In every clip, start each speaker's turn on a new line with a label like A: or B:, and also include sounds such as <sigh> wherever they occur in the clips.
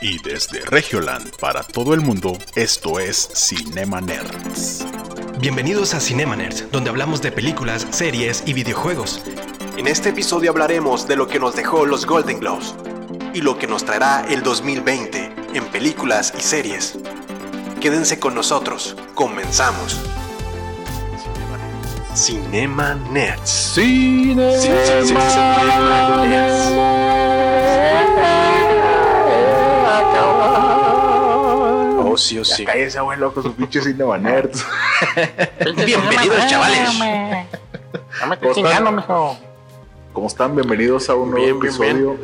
A: y desde Regioland para todo el mundo, esto es Cinema Nerds.
B: Bienvenidos a Cinema Nerds, donde hablamos de películas, series y videojuegos.
C: En este episodio hablaremos de lo que nos dejó los Golden Globes y lo que nos traerá el 2020 en películas y series. Quédense con nosotros, comenzamos. Cinema Nerds.
A: Cinema, Oh, sí, oh, sí.
D: Cállese, abuelo, con sus pinches Cinema Nerds. Este
B: Bienvenidos, chavales.
E: No me estés chingando, mijo.
D: ¿Cómo están? Bienvenidos a un nuevo
B: Bien, bien,
D: episodio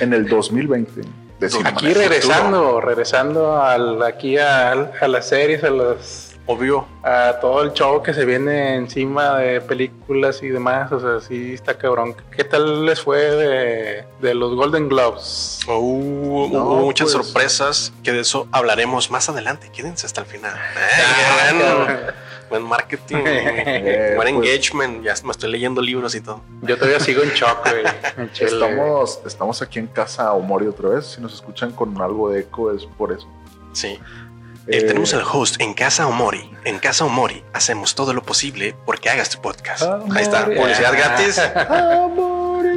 D: en el 2020 de Cinema
E: Aquí
D: Nerds.
E: regresando, regresando al, aquí al- a, las series, a los
B: Obvio.
E: a todo el show que se viene encima de películas y demás, o sea, sí está cabrón. ¿Qué tal les fue de, de los Golden Globes?
B: Oh, hubo
D: No,
B: muchas
D: pues.
B: sorpresas que de eso hablaremos más adelante. Quédense hasta el final. Ay, qué bueno. Buen
D: <laughs>
B: marketing,
D: Eh,
B: buen
D: pues.
B: engagement. Ya me estoy leyendo libros y todo.
E: <laughs> Yo todavía sigo en shock, güey. En Chile.
D: Estamos, estamos aquí en casa Omori otra vez. Si nos escuchan con algo de eco es por eso.
B: Sí.
D: Eh,
B: Eh, tenemos el host en Casa Omori. En Casa Omori hacemos todo lo posible porque hagas tu podcast. Ahí está,
D: Ah, Omori.
B: publicidad gratis.
D: <laughs> Omori.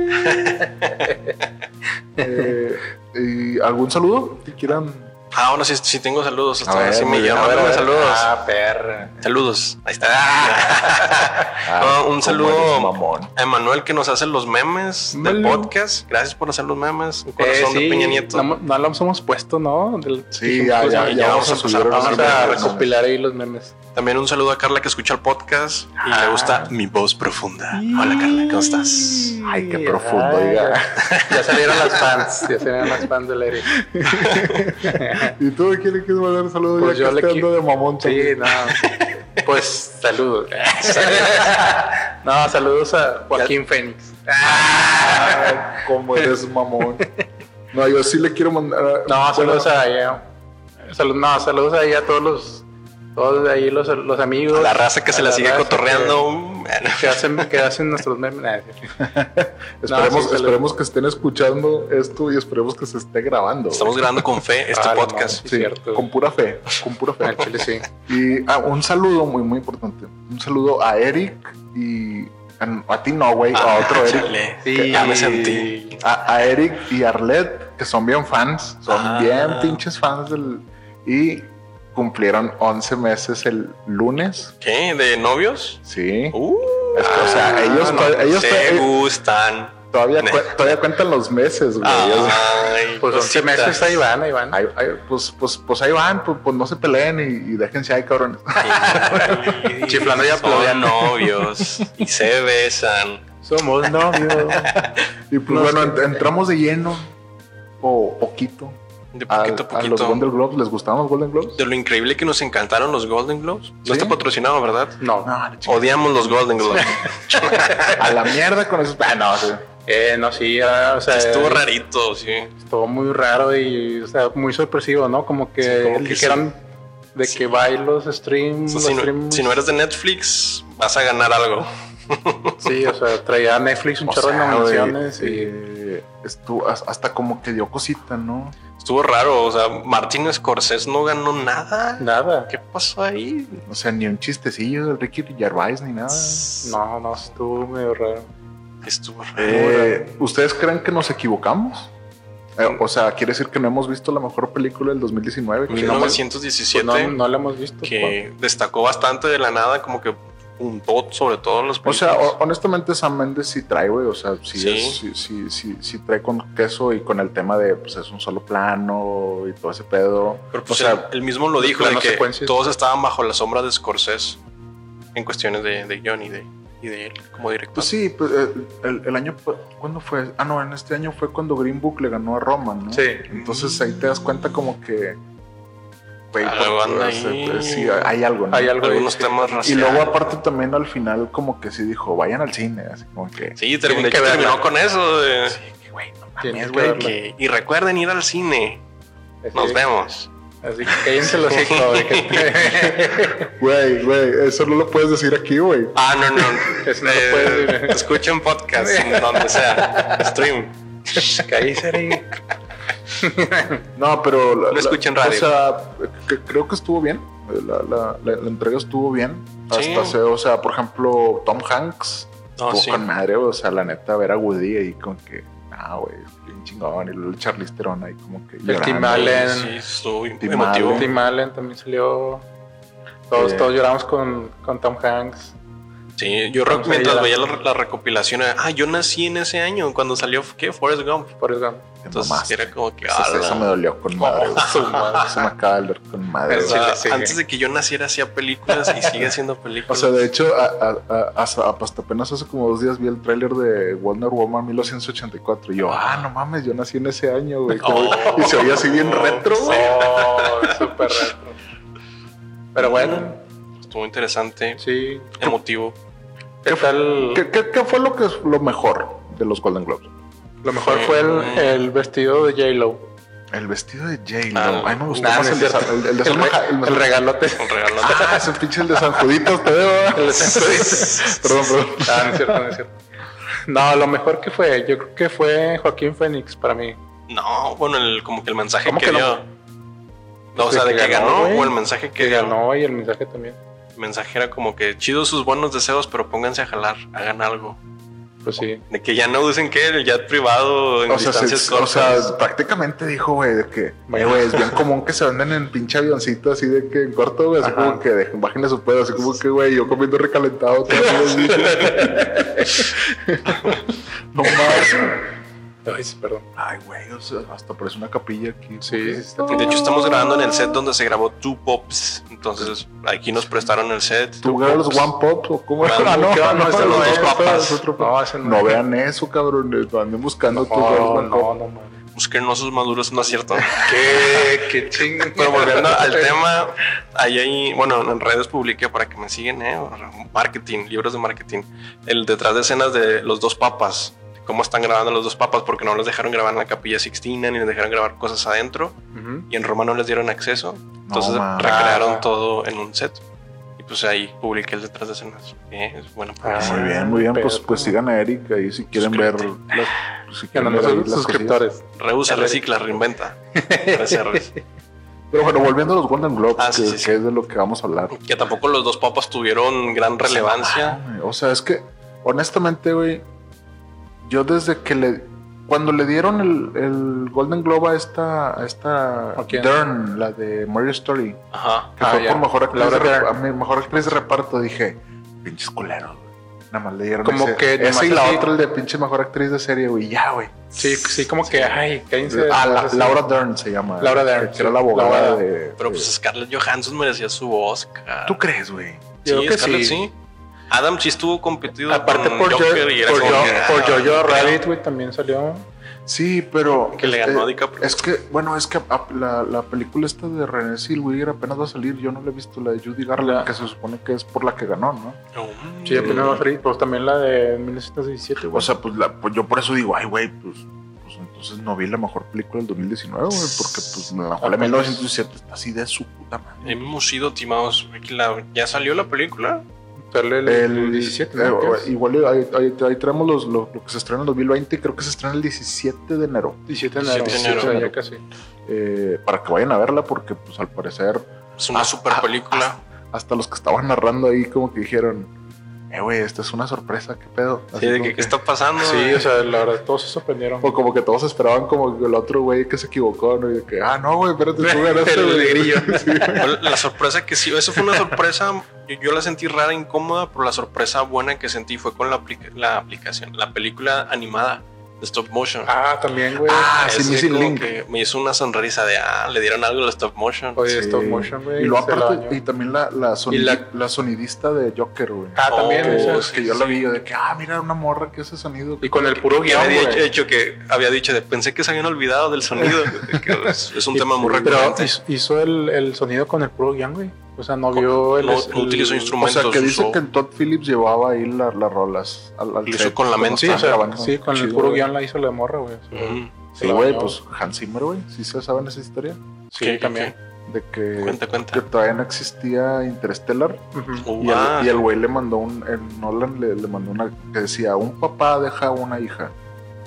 D: <laughs> Eh, ¿y ¿Algún saludo que quieran?
B: Ah, bueno, sí, sí tengo saludos.
D: A ver,
B: sí me
D: muy bien.
B: llaman.
D: A ver, a
B: Mándame
D: ver.
B: saludos.
E: Ah, perra.
B: Saludos. Ahí
D: <laughs>
B: está.
D: Ah,
B: un
D: ¿cómo
B: saludo.
D: eres mamón?
B: A Emanuel que nos hace los memes del
D: Melo.
B: podcast. Gracias por hacer los memes. Un
E: Eh,
B: corazón
E: sí,
B: de Peña Nieto.
E: No, no lo hemos puesto, ¿no? Del- Pues,
D: Sí, ya, ya,
B: Ya
D: ya
B: vamos
D: vamos
B: a
D: a subir
B: empezar,
D: unos
E: Vamos a
D: memes.
E: recopilar ahí los memes.
B: También un saludo a Carla que escucha el podcast y
E: Ah.
B: le gusta mi voz profunda. Hola Carla, ¿cómo estás?
D: Ay, qué profundo,
E: Ay,
D: oiga.
E: Ya, ya salieron las fans, ya salieron las fans del Eric.
D: ¿Y tú de quién le quieres mandar saludos?
E: Pues
D: ya
E: yo
D: que
E: le
D: esté
E: qui-
D: ando de mamón.
E: Sí, no. Pues saludos. <laughs> No, saludos a Joaquín Fénix.
D: <laughs> Ay, cómo eres mamón. No, yo sí le quiero mandar. ah,
E: No,
D: bueno,
E: saludos a ella. Salud- no, saludos ahí a todos los todos de ahí los, los amigos.
B: A la raza que se
E: A
B: la sigue
E: raza
B: cotorreando. um, bueno.
E: Que, que hacen, que hacen nuestros memes. Nah, es cierto.
D: Esperemos,
E: sí, saludos.
D: esperemos que estén escuchando esto y esperemos que se esté grabando.
B: Estamos grabando con fe este
E: Ah, la
B: podcast.
E: madre.
D: Sí,
E: cierto. Ah,
D: con pura fe, con pura
E: Al
D: fe.
E: chile sí.
D: Y ah, un saludo muy, muy importante. Un saludo a Eric y a, a ti no, güey, a
B: <laughs>
D: otro Eric.
B: Ah, Chale. Ya me sentí.
D: A, a Eric y Arlet, que son bien fans, son
B: Ah.
D: bien pinches fans del... Y cumplieron 11 meses el lunes,
B: ¿Qué? ¿De novios?
D: sí.
B: Uh,
D: Es que, o sea,
B: ah,
D: ellos to- ellos
B: se
D: to-
B: gustan.
D: Todavía, cu- todavía cuentan los meses, güey.
B: Ah,
D: O sea,
B: Ay,
E: Pues 11
B: cositas.
E: meses ahí van, ahí van.
D: ahí- ahí- pues, pues, pues ahí van, pues, pues no se peleen y, y déjense ahí, cabrones. <laughs>
B: Ay,
E: Chiflando y
B: Son
E: aplaudiendo.
B: novios y se besan.
E: Somos novios.
D: Y pues
E: No,
D: bueno,
E: es que-
D: ent- entramos de lleno o poquito.
B: De
D: A,
B: poquito a
D: a los Golden
B: poquito.
D: Globes, ¿les gustaban los Golden Globes?
B: De lo increíble que nos encantaron los Golden Globes. No
D: Sí.
B: está patrocinado, ¿verdad?
D: No,
E: No.
D: la chica-
B: Odiamos los Golden Globes.
D: a la mierda con esos. Ah, no, sí.
E: Eh, no, sí, ah, o sea,
B: Estuvo rarito, sí.
E: estuvo muy raro y o sea, muy sorpresivo, ¿no? Como que,
B: Sí, como que
E: dijeron de
B: Sí.
E: que va y los streams.
B: O sea, si,
E: los
B: no,
E: streams-
B: si no eres de Netflix, vas a ganar algo.
E: <laughs> Sí, o sea, traía a Netflix un
D: O
E: chorro de
D: sea, güey,
E: nominaciones y.
D: eh, estuvo as- hasta como que dio cosita, ¿no?
B: Estuvo raro. O sea, Martin Scorsese no ganó nada.
E: Nada.
B: ¿Qué pasó ahí?
D: O sea, ni un chistecillo del Ricky Gervais ni nada.
E: No, no, estuvo medio raro. Pues
B: Estuvo raro.
D: Eh, ¿Ustedes creen que nos equivocamos? Eh, o sea, quiere decir que no hemos visto la mejor película del 2019.
B: Pues
D: que-
E: no me-
B: 1917,
E: Pues no, no lo hemos visto.
B: que destacó bastante de la nada, como que puntó sobre todo en los
D: O sea, o- honestamente Sam Mendes sí trae, güey. O sea, sí,
B: Sí.
D: es- sí, sí, sí, sí trae con queso y con el tema de, pues es un solo plano y todo ese pedo.
B: Pero pues
D: o sea,
B: él, él mismo lo dijo, de
E: planos
B: que
E: secuencias.
B: todos estaban bajo la sombra de Scorsese en cuestiones de, de guión y de, y de él como director.
D: pues sí, pues, eh, el, el año, pa- ¿cuándo fue? Ah, no, en este año fue cuando Green Book le ganó a Roma, ¿no?
E: Sí.
D: Entonces ahí te das cuenta como que, güey,
B: Algo
D: pues,
B: anda
D: o sea,
B: ahí.
D: pues, sí, hay algo, ¿no?
E: Hay algo ahí.
B: Algunos temas
D: Y
B: raciales.
D: luego aparte también al final como que sí dijo, vayan al cine, así como que...
B: Sí, terminó,
E: Tienen que
B: terminó
E: verla.
B: con eso. de-
D: que, güey, no
E: Tienes
D: mames,
E: que
D: güey.
E: verla.
B: que- y recuerden ir al cine.
E: Así-
B: Nos vemos.
E: Así que cállense los
B: <laughs>
E: hijos, güey, que- <laughs>
D: Güey, güey, eso no lo puedes decir aquí, güey.
B: Ah, no, no.
E: <laughs> Eso no lo
B: Eh,
E: puedes decir.
B: escuchen podcast en donde sea. Stream.
E: que ahí se-
D: No, pero. La,
B: Lo
D: la-
B: escuché en radio.
D: O sea, que- creo que estuvo bien. La, la- la- la entrega estuvo bien. Hasta
B: Sí.
D: se- o sea, por ejemplo, Tom Hanks.
B: No,
D: estuvo
B: sí.
D: con madre, o sea, la neta, ver a Woody ahí con que. Ah, güey, bien chingón. Y luego el Charlize Theron ahí como que. llorando.
E: Tim Allen.
B: Sí, estuvo
D: Tim
B: emotivo.
D: Allen.
E: Tim Allen también salió. Todos,
D: Sí.
E: todos lloramos con, con Tom Hanks.
B: Sí, yo rec-
E: Sí,
B: mientras
E: ya.
B: veía la, la recopilación, era, ah, yo nací en ese año, cuando salió, ¿qué? Forrest Gump.
E: Por eso.
D: Te
B: Entonces
D: mamaste.
B: era como que, "Ah,
D: Eso,
B: "Ala".
D: eso me dolió
E: <laughs>
D: con madre. güey.
E: su madre.
D: Eso me acaba de doler con madre.
B: O
E: Pero
D: güey.
B: sea,
E: Sí, sí, sí.
B: antes de que yo naciera hacía películas y sigue <laughs> haciendo
D: O
B: películas.
D: sea, de hecho, a- a- a- hasta, hasta apenas hace como dos días vi el tráiler de Wonder Woman 1984 y yo, ah, no mames, yo nací en ese año, güey. como- y se oía así bien retro, güey.
E: Oh, súper retro.
B: <laughs>
E: Pero bueno,
B: Estuvo interesante,
E: sí.
B: emotivo.
E: ¿Qué tal?
D: ¿Qué, qué, qué fue lo que es lo mejor de los Golden Globes?
E: Lo mejor fue el, el vestido de J-Lo.
D: El vestido de J-Lo.
B: Ah,
D: Ay, me gustó
E: nah,
D: más el,
E: no es
D: de
E: cierto.
D: San- el, el de
E: El,
D: Salma
E: re-
D: Ja- el
E: el
D: de-
E: <laughs> regalote.
B: Un regalo.
D: Ah, ese pinche el de San Juditas, te veo.
E: El
D: <laughs>
E: de San Judas.
D: Perdón, perdón.
E: Ah, no es cierto, no es cierto. No, lo mejor que fue, yo creo que fue Joaquín Fénix para mí.
B: No, bueno, el, como que el mensaje
E: ¿Cómo
B: que
E: que
B: dio.
E: no?
B: No, o sea, de que ganó
E: güey.
B: o el mensaje que,
E: Que
B: dio.
E: ganó y el mensaje también.
B: El mensaje era como que chido sus buenos deseos, pero pónganse a jalar, hagan algo.
E: Pues sí.
B: De que ya no usen que el jet privado en
D: O sea,
B: distancias
D: se- o
B: cortas.
D: sea, prácticamente dijo, güey, de que, eh, güey, es <laughs> bien común que se anden en pinche avioncito así de que en corto, güey, así
E: Ajá.
D: como que dejen, bájenle su pedo, así como que, güey, yo comiendo recalentado todo el día, <laughs> así. No más.
E: Ay, sí, perdón.
D: Ay, güey, o sea, hasta parece una capilla aquí.
E: Sí, sí, está-
B: de hecho, estamos grabando en el set donde se grabó Two Pops. Entonces, aquí nos prestaron el set.
D: ¿Tú ganas los One Pops o cómo?
B: Ah,
D: Ah, no,
E: ¿qué va? No,
D: no,
E: ese
D: los
E: no
D: dos
E: es,
D: papas,
E: ese
D: otro pa-
E: No, ese no.
D: No vean eso, cabrones. Anden buscando tu
E: No, no, no, mames.
B: Busquernosos maduros, no es cierto.
E: Qué, qué <laughs> ching.
B: Pero volviendo al tema, ahí hay, bueno, en redes publiqué para que me siguen, ¿eh? Marketing, libros de marketing. El detrás de escenas de los dos papas, cómo están grabando los dos papas, porque no los dejaron grabar en la Capilla Sixtina, ni les dejaron grabar cosas adentro,
E: Ujú.
B: y en Roma no les dieron acceso. Entonces
D: mames.
B: recrearon
E: Ah.
B: todo en un set. Y pues ahí publiqué el detrás de escenas. ¿eh? Es bueno.
E: Ah,
D: Muy bien, muy bien. Pues,
E: Pero-
D: pues sigan a Erika ahí si quieren ver.
B: Suscríbete.
D: las- si quieren
E: Ganando
D: ver ahí las
E: suscriptores.
B: Reusa,
E: Eric.
B: recicla, reinventa. PCRs.
D: cosillas. Pero bueno, volviendo a los Golden Globes,
B: Ah, sí,
D: que,
B: sí, sí.
D: que es de lo que vamos a hablar.
B: que tampoco los dos papas tuvieron gran relevancia.
D: Ah, O sea, es que, honestamente, güey, yo desde que le. Cuando le dieron el, el Golden Globe a esta. A esta
E: ¿A quién?
D: Dern, la de Mario Story, que
B: Ajá.
E: Ah,
D: fue
E: ya.
D: por mejor actriz,
E: Laura
D: de, rep-
E: Dern.
D: a mi mejor actriz de reparto, dije, pinches culeros, güey. Nada más le dieron
E: Como
D: ese-
E: que
D: ese
E: nomás
D: y la
E: así.
D: otra, el de pinche mejor actriz de serie, güey, ya, güey.
E: Sí, sí, como que, ay, cállense.
D: Ah, la-
E: Entonces,
D: Laura Dern se llama.
E: Laura Dern,
D: Que era
E: sí,
D: la abogada
E: Laura Dern.
D: de.
B: Pero
D: de-
B: pues Scarlett Johansson merecía su Oscar.
D: ¿Tú crees, güey?
B: Sí,
E: Yo creo que
B: Scarlett
E: sí.
B: sí. Adam sí estuvo competido
E: Aparte
B: con
E: por, yo,
B: Joker y era
E: por,
B: como
E: yo,
B: que, ah,
E: por Jojo
B: creo.
E: Rabbit, Este, güey, también salió.
D: Sí, pero.
B: Que le ganó
D: eh,
B: a DiCaprio.
D: Es que, bueno, es que a- la, la película esta de René Zellweger apenas va a salir. Yo no la he visto, la de Judy Garland,
E: La-
D: que se supone que es por la que ganó, ¿no?
B: Mm.
E: Sí, apenas va a salir, pues también la de 1917, güey.
D: O sea, pues, la- pues yo por eso digo, ay, güey, pues, pues entonces no vi la mejor película del 2019, güey, porque pues la mejor de
E: Apenas.
D: 1917 está así de su puta madre.
B: Hemos sido timados. Aquí la- ya salió la película.
E: sale el,
D: El
E: 17,
D: eh,
E: ¿no? ¿Qué es?
D: igual y ahí, ahí- ahí traemos los, lo, lo que se estrena en 2020 y creo que se estrena el 17 de enero.
E: 17 de enero.
B: 17 de
E: o sea,
D: enero.
E: ya casi.
D: eh, para que vayan a verla porque pues al parecer
B: Es una
D: Ah,
B: super
D: ah,
B: película.
D: hasta los que estaban narrando ahí como que dijeron, eh, güey, esta es una sorpresa, qué pedo. Así
B: Sí, de
D: como
B: que, ¿Qué
D: que-
B: está pasando?
E: Sí,
B: <laughs>
E: o sea, la verdad, todos se sorprendieron.
D: o como que todos esperaban como que el otro güey que se equivocó, ¿no? Y de que, ah, no, güey, espérate,
E: <laughs>
D: tú ganaste,
E: El
D: güey.
E: grillo.
D: <laughs>
E: <laughs>
D: Sí.
B: Fue La sorpresa que sí, eso fue una sorpresa. Yo, yo la sentí rara, incómoda, pero la sorpresa buena que sentí fue con la, aplica- la aplicación, la película animada de stop motion.
E: Ah, también, güey.
D: Ah,
B: Ese
D: sí, Missing
B: como
D: Link.
B: que me hizo una sonrisa de ah, le dieron algo al stop motion.
E: Oye,
D: Sí.
E: stop motion, güey.
D: Y lo
E: se la
D: aparte,
E: bañó.
D: y también la, la, soni-
E: Y la-
D: la sonidista de Joker, güey.
E: Ah, también,
B: Oh,
E: esa.
D: es que
B: sí,
D: yo
B: sí,
D: la
B: sí.
D: vi yo de que, ah, mira una morra que ese sonido.
E: Y con el puro
B: Que
E: guión,
B: había
E: güey.
B: dicho que había dicho de pensé que se habían olvidado del
D: <laughs>
B: sonido. que es, es un tema muy
E: Pero
B: recurrente.
E: hizo- hizo el, el sonido con el puro guión, güey. O sea, no vio el...
B: no-
E: el-
B: no utilizó
D: O
B: instrumentos.
D: sea, que dice
B: usó-
D: que en Todd Phillips llevaba ahí la- las rolas. Al, al
B: Lo hizo
D: set,
B: con la
D: cuando
B: mente,
E: Sí, o
D: estaban
E: sea,
D: grabando.
E: sí, con el
D: Ah, Chido,
E: puro
D: güey.
E: guión la hizo la morra, güey. O sea,
B: Ujú.
E: se
D: Sí,
E: la
D: güey,
E: bañó.
D: pues Hans Zimmer, güey. Sí se saben esa historia
E: Sí,
B: ¿Qué- qué-
E: también.
D: de que,
B: Cuenta, cuenta.
D: que todavía no existía Interstellar.
E: Ujú.
B: Uh,
D: Y el-
B: ah,
D: y el güey le mandó un. el Nolan le, le mandó una que decía: Un papá deja una hija.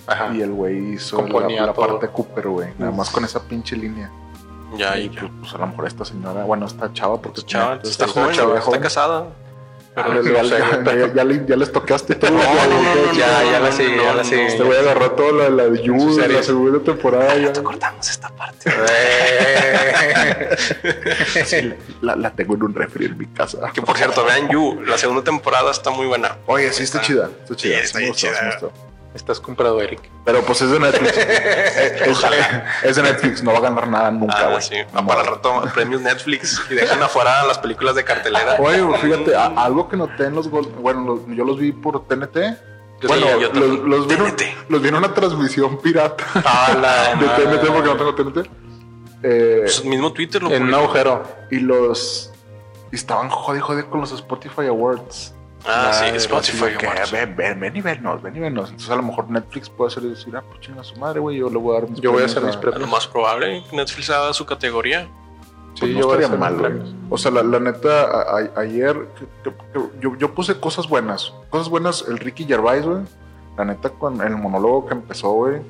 E: Ajá.
D: Y el güey hizo
E: Componía
D: la, la
E: todo.
D: parte Cooper, güey. Nada más con esa pinche línea.
B: Ya,
D: Y
B: y
D: pues, pues, a lo mejor esta señora, bueno, esta chava, porque
B: Chava,
D: tenía-
B: está
D: esta
B: joven,
D: chava
B: está
D: joven.
B: casada.
D: Ah, ya-
E: No sé,
D: ya-
E: pero-
D: ya- ya le- Ya les tocaste todo.
B: No, no, no, no,
E: ya,
B: no,
E: ya la
B: no,
E: sigue,
B: no,
E: ya la
B: no,
E: sigue.
D: Este güey agarró todo lo de la de
E: Su
D: Jules, de
E: serie.
D: la segunda temporada. ya.
B: Cortamos esta parte.
D: Sí, la, la tengo en un refri en mi casa.
B: Que por cierto, vean You, la segunda temporada está muy buena.
D: Oye, sí, está chida. Está chida.
B: está
D: me
B: bien
D: gustó,
B: chida.
D: me gustó.
E: Estás comprado, Eric.
D: Pero pues es
B: <laughs>
D: de Netflix. Eh, Es- es, es de Netflix, no va a ganar nada nunca,
B: Ah,
D: güey.
B: sí. Ah, para el rato, premios Netflix y dejan afuera las películas de cartelera.
D: Oye, güey, fíjate, ah, a- algo que noté en los gol, bueno, los- yo los vi por TNT.
B: Yo
D: bueno,
B: sí, yo
D: los,
B: también.
D: los vi en, un-
B: TNT.
D: los vi en una transmisión pirata
B: Ah, la
D: de
B: madre.
D: TNT porque no tengo TNT. Eh,
B: Pues, mismo Twitter lo
E: En un
B: publicó.
E: agujero.
D: y los y estaban jode jode con los Spotify Awards.
B: Ah, sí,
D: Madre,
B: Spotify.
D: así que,
B: Awards.
D: Ven, ven, ven y venos, ven y venos. Entonces a lo mejor Netflix puede hacer y decir, ah, pues chinga su madre, güey, yo le voy a dar mis
E: Yo voy a hacer mis
D: premios
E: prepas.
B: Lo más probable, Netflix haga su categoría.
D: Pues
E: Sí,
D: no
E: yo voy
D: estaría
E: a hacer
D: mal,
E: mis
D: güey.
E: premios.
D: O sea, la, la neta, a- a- ayer que- que- que yo, yo puse cosas buenas. Cosas buenas, el Ricky Gervais, güey. La neta, con el monólogo que empezó, güey.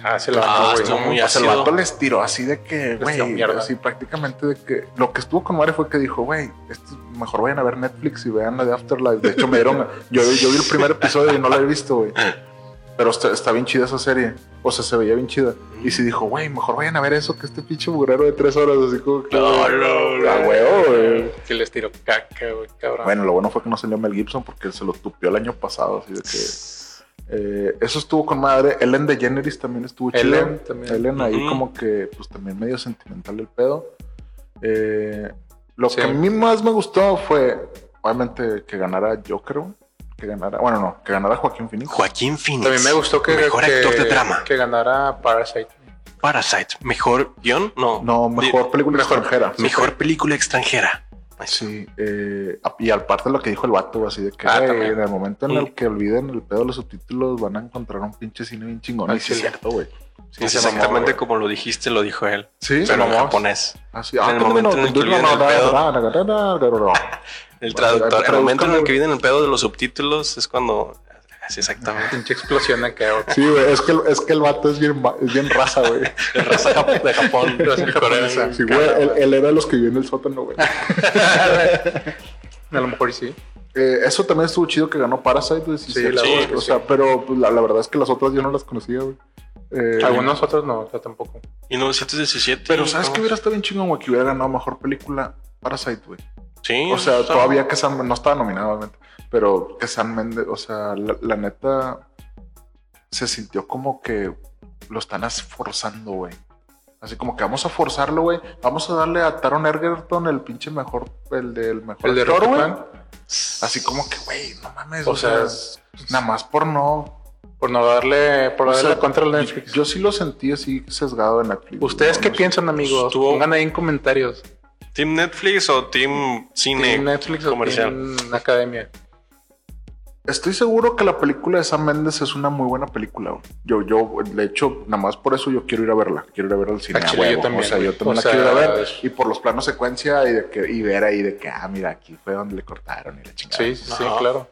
E: Ah, se la
B: Ah,
E: ganó, güey.
B: estuvo muy
D: O sea, el
B: ácido.
D: vato les tiró así de que,
E: Les tiró
D: güey,
E: mierda.
D: así prácticamente de que... Lo que estuvo con Mare fue que dijo, güey, esto- mejor vayan a ver Netflix y vean la de Afterlife. De hecho, me dieron... <laughs> yo, yo vi el primer episodio y no la he visto, güey. Pero está, está bien chida esa serie. O sea, se veía bien chida. Y sí dijo, güey, mejor vayan a ver eso que este pinche mugrero de tres horas. Así como que...
B: No, no, no.
D: "Ah, huevo, güey".
E: Sí les tiró caca, güey, cabrón.
D: Bueno, lo bueno fue que no salió Mel Gibson porque se lo tupió el año pasado. Así de que. eh, eso estuvo con madre. Ellen DeGeneres también estuvo chido.
E: Ellen
D: Ellen,
E: también.
D: ahí,
B: Ujú.
D: como que, pues también medio sentimental el pedo. Eh, lo
E: Sí.
D: que a mí más me gustó fue, obviamente, que ganara Joker. güey. Que ganara, bueno, no, que ganara Joaquín Phoenix.
B: Joaquín Phoenix.
E: También me gustó que,
B: Mejor
E: que-
B: actor de drama.
E: que ganara Parasite.
B: Parasite. Mejor guión. No.
D: No, mejor
B: Di-
D: película
B: mejor-
D: extranjera.
B: Mejor película extranjera. Ahí está.
D: Sí, eh, y aparte lo que dijo el vato, así de que
E: Ah,
D: "Ey,
E: también.
D: en el momento en
B: Mm.
D: el que olviden el pedo de los subtítulos van a encontrar un pinche cine bien chingón.
E: Ah,
D: Y sí es
E: sí.
D: cierto, güey.
E: Sí,
B: Es
E: se mamó,
B: exactamente
E: güey.
B: como lo dijiste, lo dijo él.
D: Sí,
B: pero en
D: mamó.
B: japonés.
D: Ah, sí. Ah,
B: En el
D: pero
B: momento
D: no,
B: en el que
D: no,
B: olviden
D: no,
B: el
D: no,
B: pedo.
D: no, no, no, no, no.
B: El
D: Bueno,
B: traductor,
D: traduzcan,
B: el momento en el
D: güey.
B: que viene el pedo de los subtítulos es cuando. Sí,
E: <laughs>
B: exactamente.
E: Pinche explosión acá, güey.
D: Sí, güey, es que, el- es que el vato es bien, ma- es bien raza, güey.
B: De raza jap- de Japón. <laughs>
D: <laughs>
B: de Corea.
E: japonesa.
D: Sí, güey, él, él era de los que vivió en el sótano, güey.
E: A lo mejor y sí.
D: Eh, eso también estuvo chido que ganó Parasite, güey. Sí,
E: Sí,
D: sí,
E: la
D: sí,
B: verdad
E: que
D: O sea,
E: sí.
D: pero pues, la, la verdad es que las otras yo no las conocía, güey. Eh,
E: Algunos otros no, yo tampoco.
B: 1917.
D: Pero ¿sabes
B: ¿no?
D: qué hubiera estado bien chingón, güey? Que hubiera ganado mejor película Parasite, güey.
B: Sí.
D: O sea,
B: está-
D: todavía que Sam no estaba nominado, obviamente, pero que Sam Mendes, o sea, la, la neta se sintió como que lo están as- forzando, güey. Así como que vamos a forzarlo, güey. Vamos a darle a Taron Egerton el pinche mejor, el del mejor
E: El de
D: actor, güey.
E: Rocketman,
D: Así como que, güey, no mames.
E: O
D: O, sea, nada más por no.
E: por no darle, por
D: o
E: darle
D: sea,
E: contra el
D: yo-
E: Netflix.
D: Yo sí lo sentí así sesgado en Netflix.
E: ¿Ustedes
D: No,
E: qué
D: no sé.
E: piensan, amigos?
B: Estuvo-
E: Pongan ahí en comentarios.
B: ¿Team Netflix o Team Cine?
E: ¿Team Netflix o
B: comercial.
E: Team Academia?
D: Estoy seguro que la película de Sam Mendes es una muy buena película. güey. Yo, yo, de hecho, nada más por eso yo quiero ir a verla. Quiero ir a ver al cine.
E: Ah,
D: a
E: chile, yo
D: huevo.
E: también,
D: o sea,
E: güey.
D: yo también
E: O
D: la
E: sea,
D: quiero ir a ver.
E: es-
D: Y por los planos secuencia y, de que, y ver ahí de que, ah, mira, aquí fue donde le cortaron y la chingada.
E: Sí, sí, sí,
B: Ajá.
E: claro.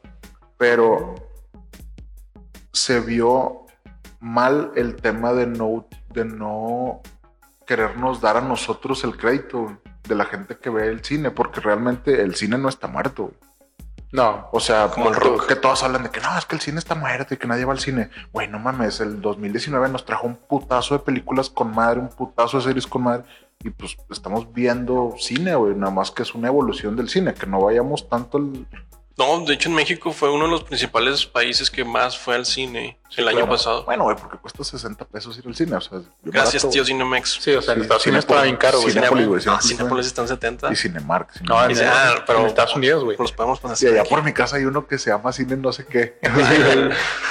D: Pero se vio mal el tema de no, de no querernos dar a nosotros el crédito güey, de la gente que ve el cine, porque realmente el cine no está muerto. güey.
E: No,
D: O sea,
B: Como el
D: to-
B: rock.
D: que todos hablan de que no, es que el cine está muerto y que nadie va al cine. Güey, no mames, el 2019 nos trajo un putazo de películas con madre, un putazo de series con madre. Y pues estamos viendo cine, güey, nada más que es una evolución del cine, que no vayamos tanto al...
B: No, de hecho en México fue uno de los principales países que más fue al cine el año
D: Claro.
B: pasado.
D: Bueno, güey, porque cuesta 60 pesos ir al cine, o sea... es bien
B: Gracias,
D: barato,
B: tío
D: güey.
B: Cinemex.
E: sí, o sea, en
D: Sí,
E: Estados Unidos estaba bien caro, güey.
D: Cinepolis, güey,
B: No,
D: Cinepolis,
B: Cinepolis está en 70.
D: Y Cinemark.
E: No, en,
D: Cinemark.
B: Dice, ah, pero-
E: en Estados Unidos, güey.
B: Los podemos poner
D: y allá
B: aquí.
D: por mi casa hay uno que se llama cine no sé qué.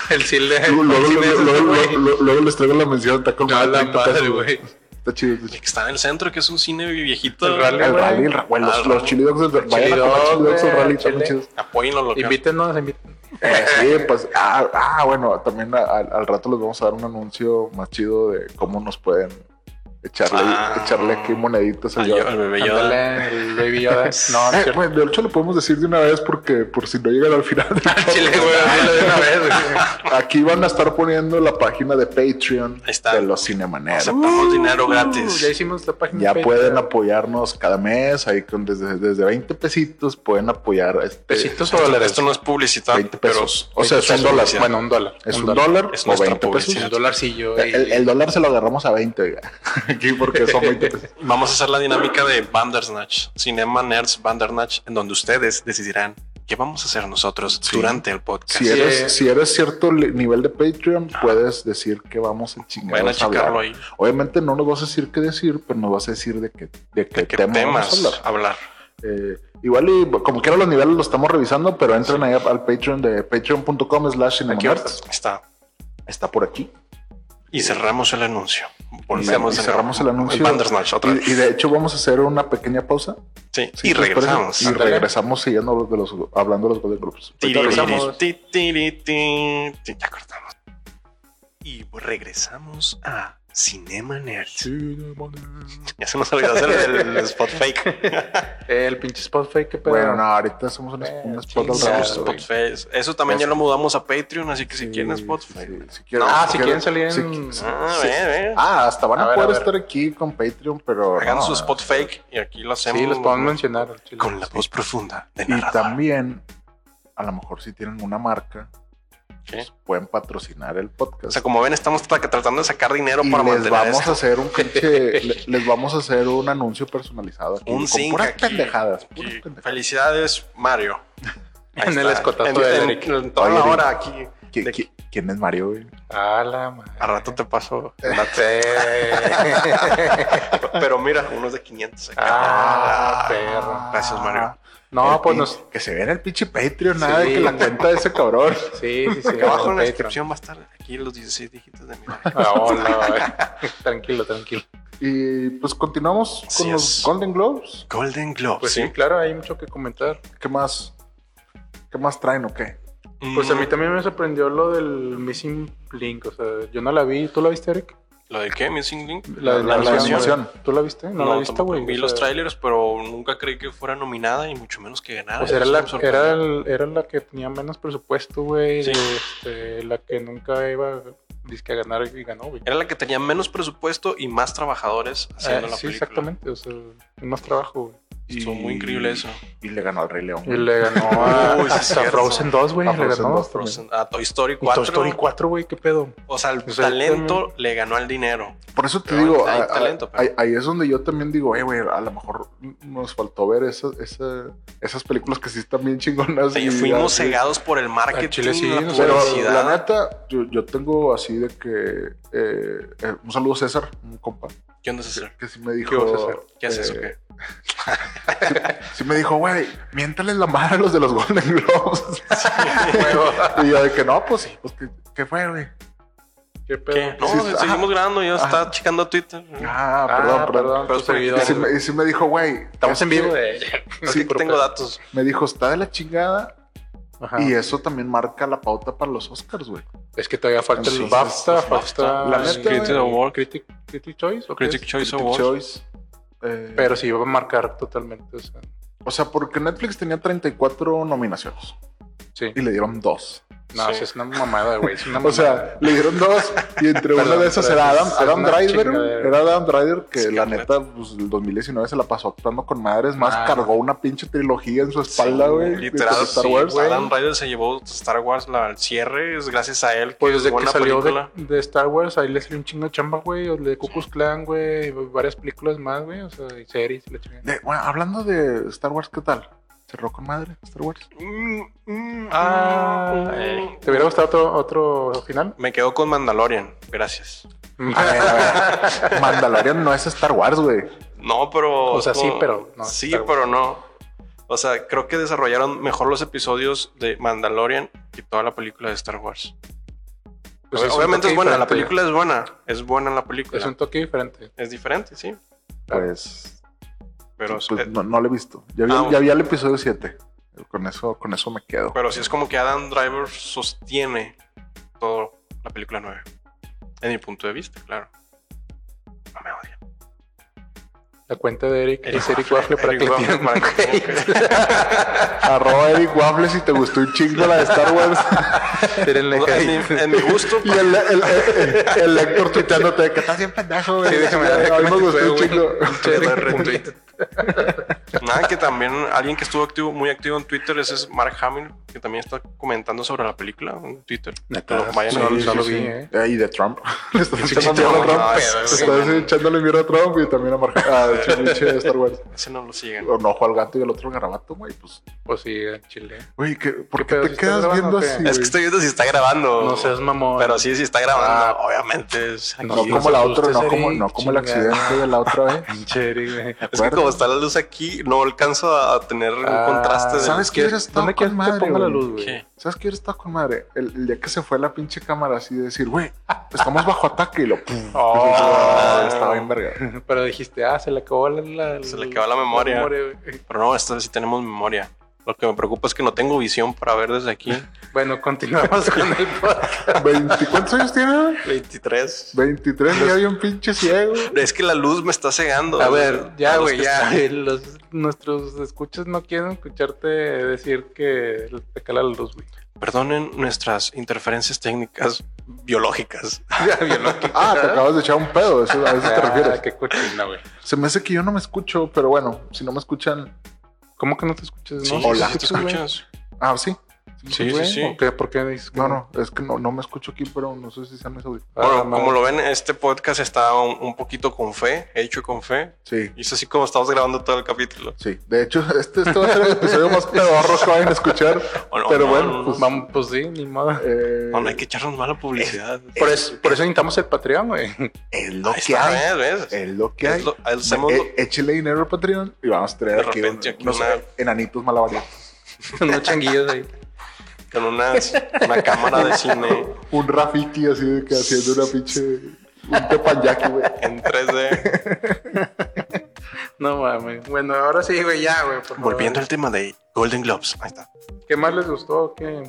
E: El cine.
D: <laughs> luego, luego-
E: el cine
D: luego-
E: ese,
D: luego-
E: güey.
D: luego- luego les traigo la mención, está con
E: No,
D: madre,
E: la
D: 30
E: madre,
D: pesos,
E: güey.
D: Está chido, está chido.
B: que está en el centro, que es un cine viejito.
E: El rally.
D: El
E: güey.
D: rally, el ra- güey,
B: Ah,
D: los, los chili dogs del vayan a comer
E: dogs,
D: chili dogs al
E: güey,
D: rally, están
E: chile.
D: muy chidos.
B: Apóyenlo local.
E: Invítenos, invítenos.
D: Eh, sí, pues, ah, ah, bueno, también a- al, al rato les vamos a dar un anuncio más chido de cómo nos pueden Echarle,
B: Ah.
D: echarle aquí moneditas
B: Al
D: al Yoda.
B: yo- al Ah, bebé Yoda.
E: Ándale, el
B: <laughs>
E: Baby Yoda. No, no es
D: Eh,
E: cierto.
D: güey, de hecho lo podemos decir de una vez porque por si no llegan al final. del
B: Ah, Chile,
D: podcast.
B: güey,
D: <laughs>
B: dilo de una vez, güey.
D: Aquí van a estar poniendo la página de Patreon
B: Ahí está.
D: de los Cinemaneros.
B: Aceptamos dinero
E: Ya
B: gratis.
E: hicimos la página.
D: Ya
E: de
D: pueden
E: Patreon.
D: apoyarnos cada mes, ahí con desde, desde 20 pesitos pueden apoyar este,
B: Pues
E: Pesitos o dólares.
B: Esto no es publicidad,
D: 20
B: pero
D: pesos. o sea, es un dólar.
B: publicidad.
E: Bueno, un dólar.
D: Es un dólar
B: Es
D: o
B: nuestra
D: 20 pesos.
E: Un
B: publicidad.
E: dolarcillo. y-
D: El, el dólar se lo agarramos a 20, oiga. <laughs> Aquí porque son 20 pesos.
B: vamos a hacer la dinámica de Bandersnatch, Cinema Nerds Bandersnatch, en donde ustedes decidirán qué vamos a hacer nosotros durante el podcast.
D: <laughs> Si
E: eh.
D: eres, si eres cierto li- nivel de Patreon, puedes decir que vamos a chingar.
B: Vayan a Ah. checarlo ahí.
D: Obviamente no nos vas a decir qué decir, pero nos vas a decir de qué, de qué,
B: ¿De qué
D: tema
B: temas
D: vamos a hablar.
B: hablar?
D: Eh, igual y como quiera los niveles los estamos revisando, pero entren ahí al Patreon de patreon.com slash cinemonerds.
B: Ahí Está.
D: Está por aquí.
B: Y cerramos el anuncio.
D: y
B: Volvemos de nuevo.
D: cerramos el anuncio.
B: Bandersnatch otra vez.
D: Y, y de hecho vamos a hacer una pequeña pausa.
B: Sí,
D: Sí,
B: y
D: ¿les parece?
B: regresamos.
D: Y pues, regresamos siguiendo los de los, hablando de los Golden Groups.
B: Tiri,
E: regresamos.
B: tiri, tiri, tiri, tiri. Ya cortamos. Y regresamos a Cinema Nerd. Ya se nos olvidó hacer el, el
D: <laughs>
B: spot fake.
E: El pinche spot fake que pedo.
D: Bueno, no, ahorita hacemos un,
E: Eh,
D: un spot al
E: chingada,
B: Hacemos
D: revés,
E: güey.
D: güey.
B: spot fake. Eso también ya lo mudamos a Patreon, así que si
D: Sí,
B: quieren spot
D: sí,
B: fake.
D: sí, si quieren-
E: Ah, si quieren
D: quieren-
E: salir en-
D: si qui- si-
B: Ah,
D: si-
B: ve, ve.
D: Ah, hasta van a,
E: A ver,
D: poder
E: a ver.
D: estar aquí con Patreon, pero.
B: Hagan
D: no,
B: su spot fake y aquí lo hacemos.
E: Sí, los podemos mencionar. al chile.
B: Uh, Con la voz profunda de
D: Y
B: narrador.
D: también, a lo mejor si tienen una marca,
B: ¿Qué?
D: pues, pueden patrocinar el podcast.
B: O sea, como ven, estamos tra- tratando de sacar dinero
D: y
B: para
D: les
B: mantener
D: vamos
B: esto.
D: a hacer un
B: <laughs>
D: pinche, le- les vamos a hacer un anuncio personalizado aquí,
B: Un
D: con
B: zinc
D: puras
B: aquí.
D: pendejadas,
B: Y
D: puras pendejadas.
B: Felicidades, Mario. Ahí
E: En el
B: está.
E: escotazo
B: En-
E: de
B: en-
E: Eric.
B: en toda
D: Oye,
B: la
D: Eric.
B: hora aquí.
D: ¿Qui-
B: de-
D: qui- ¿Quién es Mario? güey?
E: A Ah, la madre.
B: Al rato te paso. el dato.
E: Sí.
B: <laughs> Pero mira, unos de 500. acá.
E: Ah, perro.
B: Gracias, Mario.
E: No,
D: El
E: pues
D: pin-
E: nos.
D: Que se vea en el pinche Patreon, nada de
E: Sí.
D: que la cuenta de ese cabrón.
E: Sí, sí, sí.
B: Acá abajo en la
E: Patreon.
B: descripción va a estar aquí los 16 dígitos de mi <laughs>
E: Ah, hola, güey. <laughs> tranquilo, tranquilo.
D: <laughs> Y pues continuamos con
B: Así
D: los
B: es.
D: Golden Globes.
B: Golden Globe.
E: Pues sí. claro, hay mucho que comentar.
D: ¿Qué más? ¿Qué más traen o qué?
E: Pues
B: Mm.
E: a mí también me sorprendió lo del Missing Link. O sea, yo no la vi. ¿Tú la viste, Eric?
B: ¿Lo de qué? ¿Missing Link?
E: La,
D: La- la
E: animación.
D: animación.
E: ¿Tú la viste? No, la viste,
B: tampoco.
E: güey.
B: Vi
E: O
B: los
E: sea,
B: trailers, pero nunca creí que fuera nominada y mucho menos que ganara.
E: Pues era
B: Eso
E: la,
B: me sorprendió.
E: era, el- era la que tenía menos presupuesto, güey.
B: Sí.
E: este, la que nunca iba dizque, a ganar y ganó, güey.
B: Era la que tenía menos presupuesto y más trabajadores haciendo
E: Ah,
B: la
E: sí,
B: película.
E: exactamente. O sea, más trabajo, güey.
B: Estuvo muy
D: Y-
B: increíble eso.
D: Y le ganó al Rey León.
E: Y le ganó a,
B: Uy, sí es
E: a
B: cierto.
E: Frozen 2, güey.
D: A
E: Le
D: Frozen
E: ganó.
D: 2.
B: Frozen- Pues, a Toy Story
E: Y Toy
B: 4.
E: Story 4, güey. ¿Qué pedo?
B: O sea, el
E: O sea, mm.
B: talento
E: también-
B: le ganó al dinero.
D: Por eso te
B: Pero
D: digo,
B: hay
D: a- a-
B: talento, pero-
D: ahí, ahí es donde yo también digo, eh, güey, a lo mejor nos faltó ver esas, esa- esas películas que sí están bien chingonas.
B: O sea,
D: y-
B: fuimos
D: así.
B: cegados por el marketing,
E: Al chile sí,
B: la
E: o sea,
D: Pero
B: publicidad.
D: la neta, yo, yo tengo así de que. eh, eh, un saludo a César, un compa,
B: ¿Qué onda, César?
D: que sí me dijo.
E: ¿Qué vas a hacer?
B: ¿Qué haces
D: eh,
B: o qué?
D: Sí me dijo, güey, miéntales la madre a los de los Golden
E: <laughs>
D: Globes. y yo de que no, pues sí, pues que, que fue, güey.
E: ¿Qué pedo?
B: ¿Qué? No,
D: sí,
B: se-
D: ah,
B: seguimos grabando. Yo
D: ah.
B: estaba checando Twitter.
D: Ah,
E: Ah,
D: perdón, perdón.
E: tus
B: Pero-
D: Y sí,
E: seguidores,
D: me,
E: güey.
D: y sí me dijo, güey.
E: Estamos
D: es
E: en vivo.
D: que-
E: Eh, <laughs> de-
B: Sí,
E: te preocupes.
B: tengo datos.
D: Me dijo, está de la chingada.
E: Ajá.
D: Y eso también marca la pauta para los Oscars, güey.
E: Es que todavía falta el
D: Entonces,
E: BAFTA,
B: BAFTA,
E: falta
D: la
E: el
D: neta,
E: Critic
D: güey.
E: Award, Critic, Critic Choice, ¿o qué
B: Critic
E: es?
B: Choice
D: Critic
B: Award.
D: Choice. Eh,
E: Pero sí va a marcar totalmente. O sea,
D: O sea, porque Netflix tenía 34 nominaciones
E: sí.
D: y le dieron dos.
E: No,
B: Sí.
E: o sea, es una mamada, güey.
B: <laughs>
E: Es una
D: O sea, le dieron dos y entre una
E: Perdón,
D: de esas
E: pero
D: era
E: es-
D: Adam,
E: es
D: Adam
E: una
D: Driver.
E: chingadera.
D: Era Adam Driver que
B: Sí,
D: la
B: hombre.
D: neta, pues el 2019 se la pasó actuando con madres. Más
E: Ah.
D: cargó una pinche trilogía en su espalda,
B: Sí,
D: güey.
B: Literal,
D: con
B: Star Wars. Pues, Adam Ryder se llevó Star Wars la- al cierre. Es gracias a él.
E: pues desde que
B: buena
E: salió de,
B: película.
E: de Star Wars, ahí le salió un chingo de chamba, güey. O de Cucus Clan, güey. y Varias películas más, güey. O sea, y series y la chingada.
D: De- bueno, hablando de Star Wars, ¿qué tal? ¿Cerró con madre Star Wars?
B: Mm, mm,
E: Ah,
B: eh.
E: ¿Te hubiera gustado otro, otro
B: <laughs>
E: final?
B: Me quedo con Mandalorian. Gracias.
D: A ver, a ver. Mandalorian no es Star Wars, güey.
B: No, pero.
E: O sea, sí, pero no,
B: sí,
E: Star Wars.
B: pero no. O sea, creo que desarrollaron mejor los episodios de Mandalorian que toda la película de Star Wars.
E: Pues
B: Ob-
E: un
B: Obviamente
E: toque
B: es buena, la
E: diferente.
B: película es buena. Es buena la película.
E: Es
B: Es,
E: un toque diferente.
B: diferente, sí.
D: Pues,
B: Pero,
D: pues,
B: eh,
D: no, no lo he visto. Ya vi,
B: Ah,
D: ya vi el episodio 7. Con eso, con eso me quedo.
B: pero sí es como que Adam Driver sostiene todo la película nueva. En mi punto de vista, claro. No me odia.
E: La cuenta de Eric
B: Eric
E: es Eric
B: Waffle,
E: Waffle para
B: Eric
E: que le
B: Waffle
E: tiren
B: para que le
E: hate.
D: Arroba Eric Waffles si te gustó un chingo la de Star Wars.
B: <laughs>
E: Tírenle hate.
B: En, mi- en mi gusto,
D: y el, el, el, el Héctor tuiteándote de que estás bien pendejo, güey.
E: Sí, déjame
D: A mí
E: ver, déjame
D: me gustó un
E: ver,
D: chingo.
E: güey. Pinche
B: Doy
E: Eric.
B: retweet. Nada, que también alguien que estuvo activo, muy activo en Twitter, ese es Mark Hamill, que también está comentando sobre la película en Twitter.
E: Neta,
B: Vayan
E: sí,
B: a
E: no lo
D: Ah, sí,
E: vi,
D: sí.
E: eh.
D: Eh, y de <laughs> Trump. Le estás
B: Sí,
D: echando
B: sí,
D: mierda
B: no,
D: a Trump.
B: no,
E: pedo,
D: Le
B: ese-
D: Estás echándole mierda a Trump y también a Marja. Ah, pinche de Star Wars.
B: Ese no lo siguen.
D: Un ojo al gato y el otro al garabato, güey. Pues,
E: Pues sí, el chile.
D: güey, ¿qué- ¿por qué
E: ¿Qué pedo,
D: te
E: si
D: quedas
E: estás
D: viendo
E: grabando o
D: así?
E: qué?
B: Es que
D: güey?
B: estoy viendo si está grabando.
E: No seas mamón.
B: Pero sí, si está grabando,
E: Ah.
B: obviamente es aquí.
D: No
E: Sí,
D: como la
E: se
D: otra,
E: asusta,
D: no como,
E: sí,
D: no como el
E: chingada.
D: accidente de la otra <laughs> vez.
E: Pinche Eric, güey.
B: es que como está la luz aquí, no alcanzo a a tener
E: Ah,
B: un contraste. del-
D: Ah, ¿sabes qué?
E: ¿Quieres-
D: Hubiera estado
E: ¿Dónde quieres
D: con
E: que te
D: madre,
E: ponga la
D: güey.
E: luz, güey?
B: ¿Qué?
D: ¿Sabes qué? Está con madre. El, el día que se fue la pinche cámara así de decir, güey, estamos bajo ataque y lo pum.
E: Oh.
D: estaba bien verga. <laughs>
E: Pero dijiste, ah, se le acabó la, la-
B: Se le acabó la memoria.
E: güey.
B: Pero no, esta vez sí tenemos memoria. Lo que me preocupa es que no tengo visión para ver desde
E: <laughs>
B: aquí.
E: Bueno, <laughs> continuamos con el podcast.
D: ¿20? ¿Cuántos años tiene?
B: 23.
D: 23 y hay un pinche ciego.
B: Es que la luz me está cegando.
E: A ver,
B: A
E: ya,
B: los
E: güey,
B: que
E: ya. <laughs>
B: están-
E: Los- nuestros escuchas no quieren escucharte decir que te cala la luz, güey.
B: Perdonen nuestras interferencias técnicas biológicas.
E: <laughs> Ya, biológico.
D: Ah, te acabas de echar un pedo. Eso, a eso te
E: Ah,
D: refieres.
E: Qué cochina, güey.
D: Se me hace que yo no me escucho, pero bueno, si no me escuchan.
E: ¿Cómo que no te escuchas?
B: Sí,
E: No,
B: sí,
D: hola.
B: sí, ¿Te
E: güey.
B: escuchas?
D: Ah, sí.
B: Sí, sí,
E: güey,
B: sí.
E: ¿o qué? ¿Por qué dices que
D: No, no, es que no, no me escucho aquí, pero no sé si sean mis audios.
E: Ah,
B: Bueno,
E: madre.
B: como lo ven, este podcast está un, un poquito con fe, hecho con fe.
D: Sí,
B: Y es así como estamos grabando todo el capítulo.
D: sí. De hecho, <laughs> este, este va a ser el episodio más pedorro que vayan a escuchar.
B: Bueno,
D: pero
B: no,
D: bueno,
B: no, no.
D: pues.
E: Vamos, pues sí, ni modo.
D: eh,
B: No, no hay que echarnos mala publicidad.
E: Por eso, por eso necesitamos el Patreon, güey.
D: Es lo
B: Ahí
D: que
B: está,
D: hay.
B: ¿ves? ¿Ves?
D: Es lo que
B: Es
D: hay.
B: lo- hacemos
D: Eh,
B: lo-
D: échele dinero al Patreon y vamos a traer
B: De
D: aquí
B: repente
D: un-
B: aquí
D: unos
B: una-
D: enanitos malabaristas.
E: Unos changuillos ahí.
B: con una, una cámara de cine
D: Un Rafiki así de que haciendo una pinche. Un tepanyaki, güey.
B: en
D: <laughs>
B: 3D.
E: No mames. Bueno, ahora sí, güey, ya, güey. por favor.
B: Volviendo al tema de Golden Globes. Ahí está.
E: ¿Qué más les gustó? ¿Qué?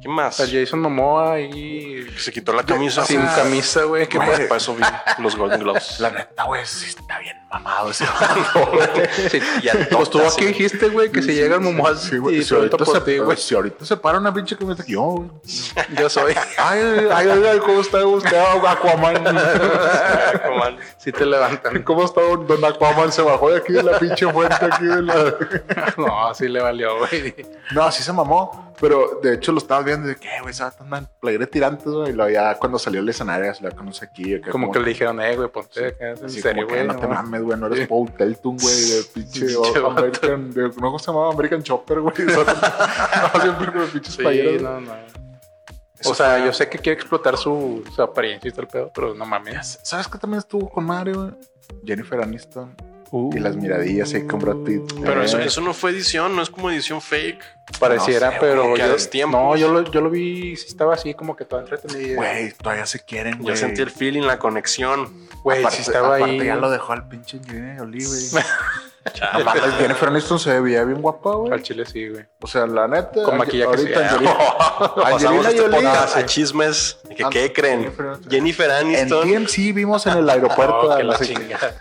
B: ¿Qué más?
E: Al Jason Momoa ahí.
B: Se quitó la camisa.
E: Sin camisa, güey. ¿Qué
B: <laughs> Pues,
E: pasa?
B: para eso vi los Golden Globes. <laughs>
D: La neta, güey, sí está bien mamado <laughs> ese
E: Sí,
B: Y a
E: Pues tú
B: todas,
E: aquí
B: sí.
E: dijiste, güey, que se llega el Momoa
D: Sí,
E: y
D: güey. Si, ahorita
E: suelta por ti,
D: se, pues,
E: güey.
D: si ahorita se para una pinche camisa, yo, güey.
E: Yo soy.
D: Ay, ay, ay, ay, ¿cómo está usted,
E: <laughs>
D: Aquaman?
B: Ah, como al-
E: Si te levantan.
D: ¿Cómo está don, don Aquaman? Se bajó de aquí de la pinche fuente, aquí de la.
E: <laughs> No, sí le valió, güey.
D: No, sí se mamó. Pero de hecho lo estabas viendo y de que, "Eh, güey, se va a andar playera tirantes, güey. Y lo ya cuando salió el escenario, se la conoce aquí. acá
E: Como que le dijeron, eh, güey, ponte acá, en
D: así
E: serio,
D: como que,
E: güey.
D: No te
E: no".
D: mames, güey. No
E: Sí.
D: eres Paul Telton, güey. De pinche.
E: Pinche
D: o-
E: vato.
D: American. de- no, ¿cómo se llamaba American Chopper, güey. <laughs> O sea, no, siempre con los pinches
E: Sí,
D: playeras.
E: no, no. O sea, yo sé que quiere explotar su, su apariencia y todo el pedo, pero no mames.
D: ¿Sabes qué también estuvo con madre, güey? Jennifer Aniston. Y las miradillas ahí con Brad Pitt.
B: Pero
D: Eh,
B: eso, eso no fue edición, no es como edición fake.
E: Pareciera,
D: No sé,
E: pero.
B: güey, que
E: yo-
B: a los tiempos.
E: No, yo lo, yo lo vi, sí estaba así como que toda entretenida.
D: Güey, todavía se quieren,
B: Yo
D: güey.
B: sentí el feeling, la conexión.
E: Güey,
D: Aparte-
E: sí estaba
D: aparte
E: ahí.
D: ya lo dejó al pinche Angelina Jolie, güey. <laughs> No mames, Jennifer Aniston se veía bien guapa,
E: Al
D: güey.
E: chile sí, güey.
D: O sea, la neta.
E: Con
D: Ange-
E: maquillaje
D: ahorita
E: sí.
D: Angelina,
B: Pasamos
D: Angelina
B: este
D: Jolie.
B: podcast
D: ah,
B: a chismes. de que,
D: Ah,
B: ¿Qué creen?
D: Jennifer Aniston.
B: Jennifer
D: En
B: Aniston.
D: TMC vimos en el aeropuerto.
E: <laughs> Oh,
D: a
E: que la
D: las-
E: chingada.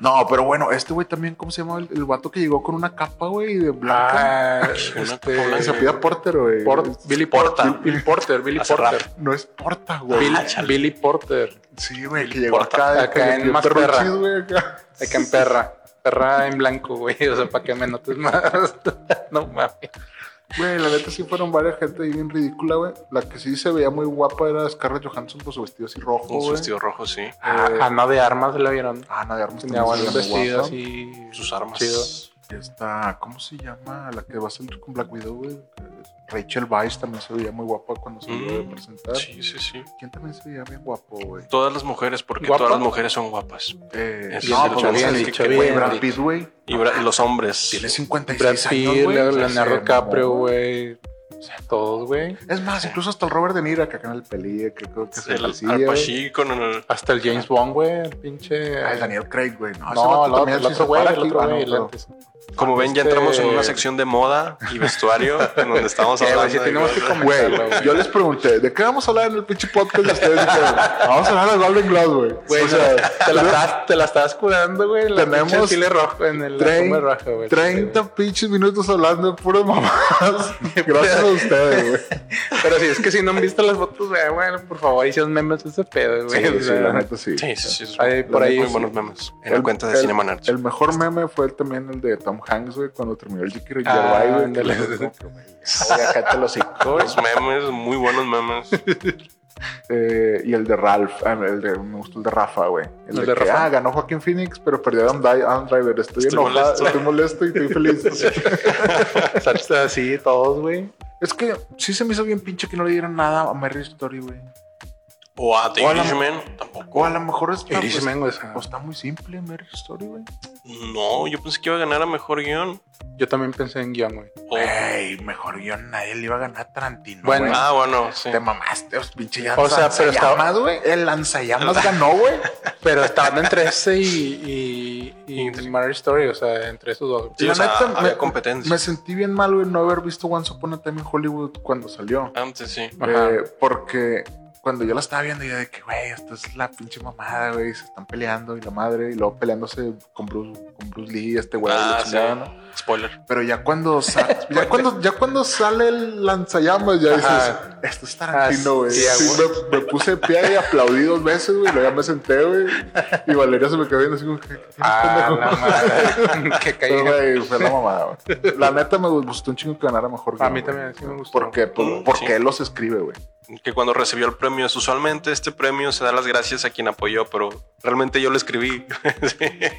D: no, pero bueno, este güey también, ¿cómo se llama? El, el vato que llegó con una capa, güey, de blanca.
E: Ah,
B: Una
E: este,
B: copa
D: que
B: blanca.
D: se pide Porter, güey.
E: Port- Billy Porter.
B: Porta.
E: Billy Porter, Billy
B: Hace
E: Porter.
D: No es Porta, güey.
E: Billy, Billy Porter.
D: Sí, güey, que llegó
B: Porta.
D: acá. de
E: Acá
D: que
E: en
D: bien
E: Masterra.
D: perruchis, güey, acá.
E: Acá en perra. Perra en blanco, güey. O sea, para que me notes más. <laughs> no mames.
D: Güey, la neta sí fueron varias gente ahí bien ridícula, güey. La que sí se veía muy guapa era Scarlett Johansson por su vestido así rojo,
B: Con su
D: güey.
B: vestido rojo, sí.
E: Ah, Ana de armas la vieron.
D: Ah, Ana de Armas
E: Tenía
D: también
E: buen
D: se veía muy
E: vestido
D: guapa.
E: así.
B: Sus armas.
E: Chido.
D: Esta, ¿cómo se llama? La que va a salir con Black Widow, güey. Rachel Weisz también se veía muy guapa cuando se iba
B: Mm,
D: a presentar.
B: Sí, sí, sí.
D: ¿Quién también se veía bien guapo, güey?
B: Todas las mujeres, porque
E: ¿Guapa?
B: todas las mujeres son guapas.
D: Eh,
B: Eso
D: no,
B: es lo
D: pues vamos a
B: bien
D: decir
B: dicho,
D: que,
B: bien
D: güey, Brad
E: dicho.
D: Pitt, güey.
B: Y, bra- y los hombres.
D: Tiene
E: Brad
D: 56
E: Pitt,
D: años, güey. O sea,
E: Leonardo
D: se
E: DiCaprio,
D: mamó.
E: güey. O sea, todos, güey.
D: Es más, incluso hasta el Robert De Niro, que acá en el peli, que creo que se
B: El
D: le
B: Al
D: hacía,
B: Al
D: güey.
B: Pacino con el.
E: Hasta el James Bond, güey. El pinche.
D: Ah, el Daniel Craig, güey. No, ese
E: No,
D: vato
E: el otro-
D: también
E: el
D: se
E: otro
D: para
E: güey. El
D: aquí.
E: otro
D: Ah, no,
E: güey. el
D: pero-
E: antes.
B: Como ven, ya
E: Este-
B: entramos en una sección de moda y vestuario en donde estamos
E: Eh, güey,
B: hablando.
E: sí
B: de
E: tenemos que
B: cosas.
D: <laughs> Güey,
E: comenzarlo, güey.
D: yo les pregunté, ¿de qué vamos a hablar en el pinche podcast de ustedes? Dijeron, vamos a hablar de Golden Globes, güey.
E: Güey,
D: o sea,
E: te, la estás, te la estás curando, güey. La
D: Tenemos
E: pinche chile rojo en el
D: trein-
E: la tumba roja, güey.
D: 30 pinches minutos hablando de puras mamadas. Gracias a ustedes, güey.
E: Pero si es que si no han visto las fotos, güey, bueno, por favor, hicieron memes de ese pedo, güey.
D: Sí,
E: o
D: sí,
E: sea,
D: la neta sí.
B: Sí, sí, sí. es-
E: Ahí, por ahí
B: Muy
E: sí.
B: buenos memes. En la cuenta de
D: el-
B: Cinema Nerds.
D: El mejor meme fue también el de Tom Hanks, güey, cuando terminó el Jikiro
E: Ah,
D: Yabai, güey.
E: ándale.
D: Oye, acá te lo cinco.
B: Los memes, muy buenos memes.
D: Eh, y el de Ralph, ah, el de, me gustó el de Rafa, güey. El,
E: ¿El
D: de,
E: de
D: que,
E: Rafa?
D: ah, ganó Joaquín Phoenix, pero perdió Adam, Di- Adam Driver. Estoy,
B: Estoy
D: enojado,
B: molesto.
D: estoy molesto y estoy feliz.
E: Salsa así, todos, güey.
D: es que sí se me hizo bien pinche que no le dieran nada a Mary Story, güey.
B: O a The
D: O a la-
B: Irishman, tampoco.
D: O a lo mejor es pues,
E: Irishman, güey, o sea,
D: pues, está muy simple Mary Story, güey.
B: No, yo pensé que iba a ganar a mejor guión.
E: Yo también pensé en guión, güey.
B: O-
D: Güey, mejor guión nadie le iba a ganar a Tarantino,
E: Bueno,
D: güey.
B: ah, Oh. bueno, sí.
D: Te mamaste, os pinche
E: O sea,
D: lanzallamas,
E: pero estaba-
D: güey. El lanzallamas ganó, güey.
E: Pero estaban entre ese y, y, y Marriage Story, o sea, entre esos dos.
B: Sí,
D: la
B: o sea,
D: neta,
B: había
D: me-
B: competencia.
D: Me sentí bien mal, güey, no haber visto Once Upon a Time in Hollywood cuando salió.
B: Antes sí.
E: Ajá.
D: Eh, porque cuando yo la estaba viendo, yo de que, güey, esto es la pinche mamada, güey, se están peleando y la madre, y luego peleándose con Bruce, con Bruce Lee, este güey,
B: Ah,
D: la chingada,
B: sí.
D: ¿no?
B: Spoiler.
D: Pero ya cuando,
E: <laughs>
D: sa- ya, cuando, ya cuando sale el lanzallamas, ya dices,
E: Ajá.
D: esto es Tarantino,
E: Ah,
D: güey.
E: sí,
D: Sí, me, me puse de pie y aplaudí dos veces, güey, y luego ya me senté, güey, y Valeria se me quedó viendo así como que, "¿Qué tienes,
B: <laughs>
E: Ah,
D: pendejo?"
E: la madre. <laughs> que
D: Pero,
E: caída.
D: güey, fue la mamada, güey. La neta me gustó un chingo que ganara mejor
E: A
D: guión,
E: mí
D: güey.
E: también sí me gustó.
D: Porque, por-
B: Mm,
D: porque
B: sí.
D: él los escribe, güey.
B: Que cuando recibió el premio, es usualmente este premio se da las gracias a quien apoyó, pero realmente yo lo escribí. Sí.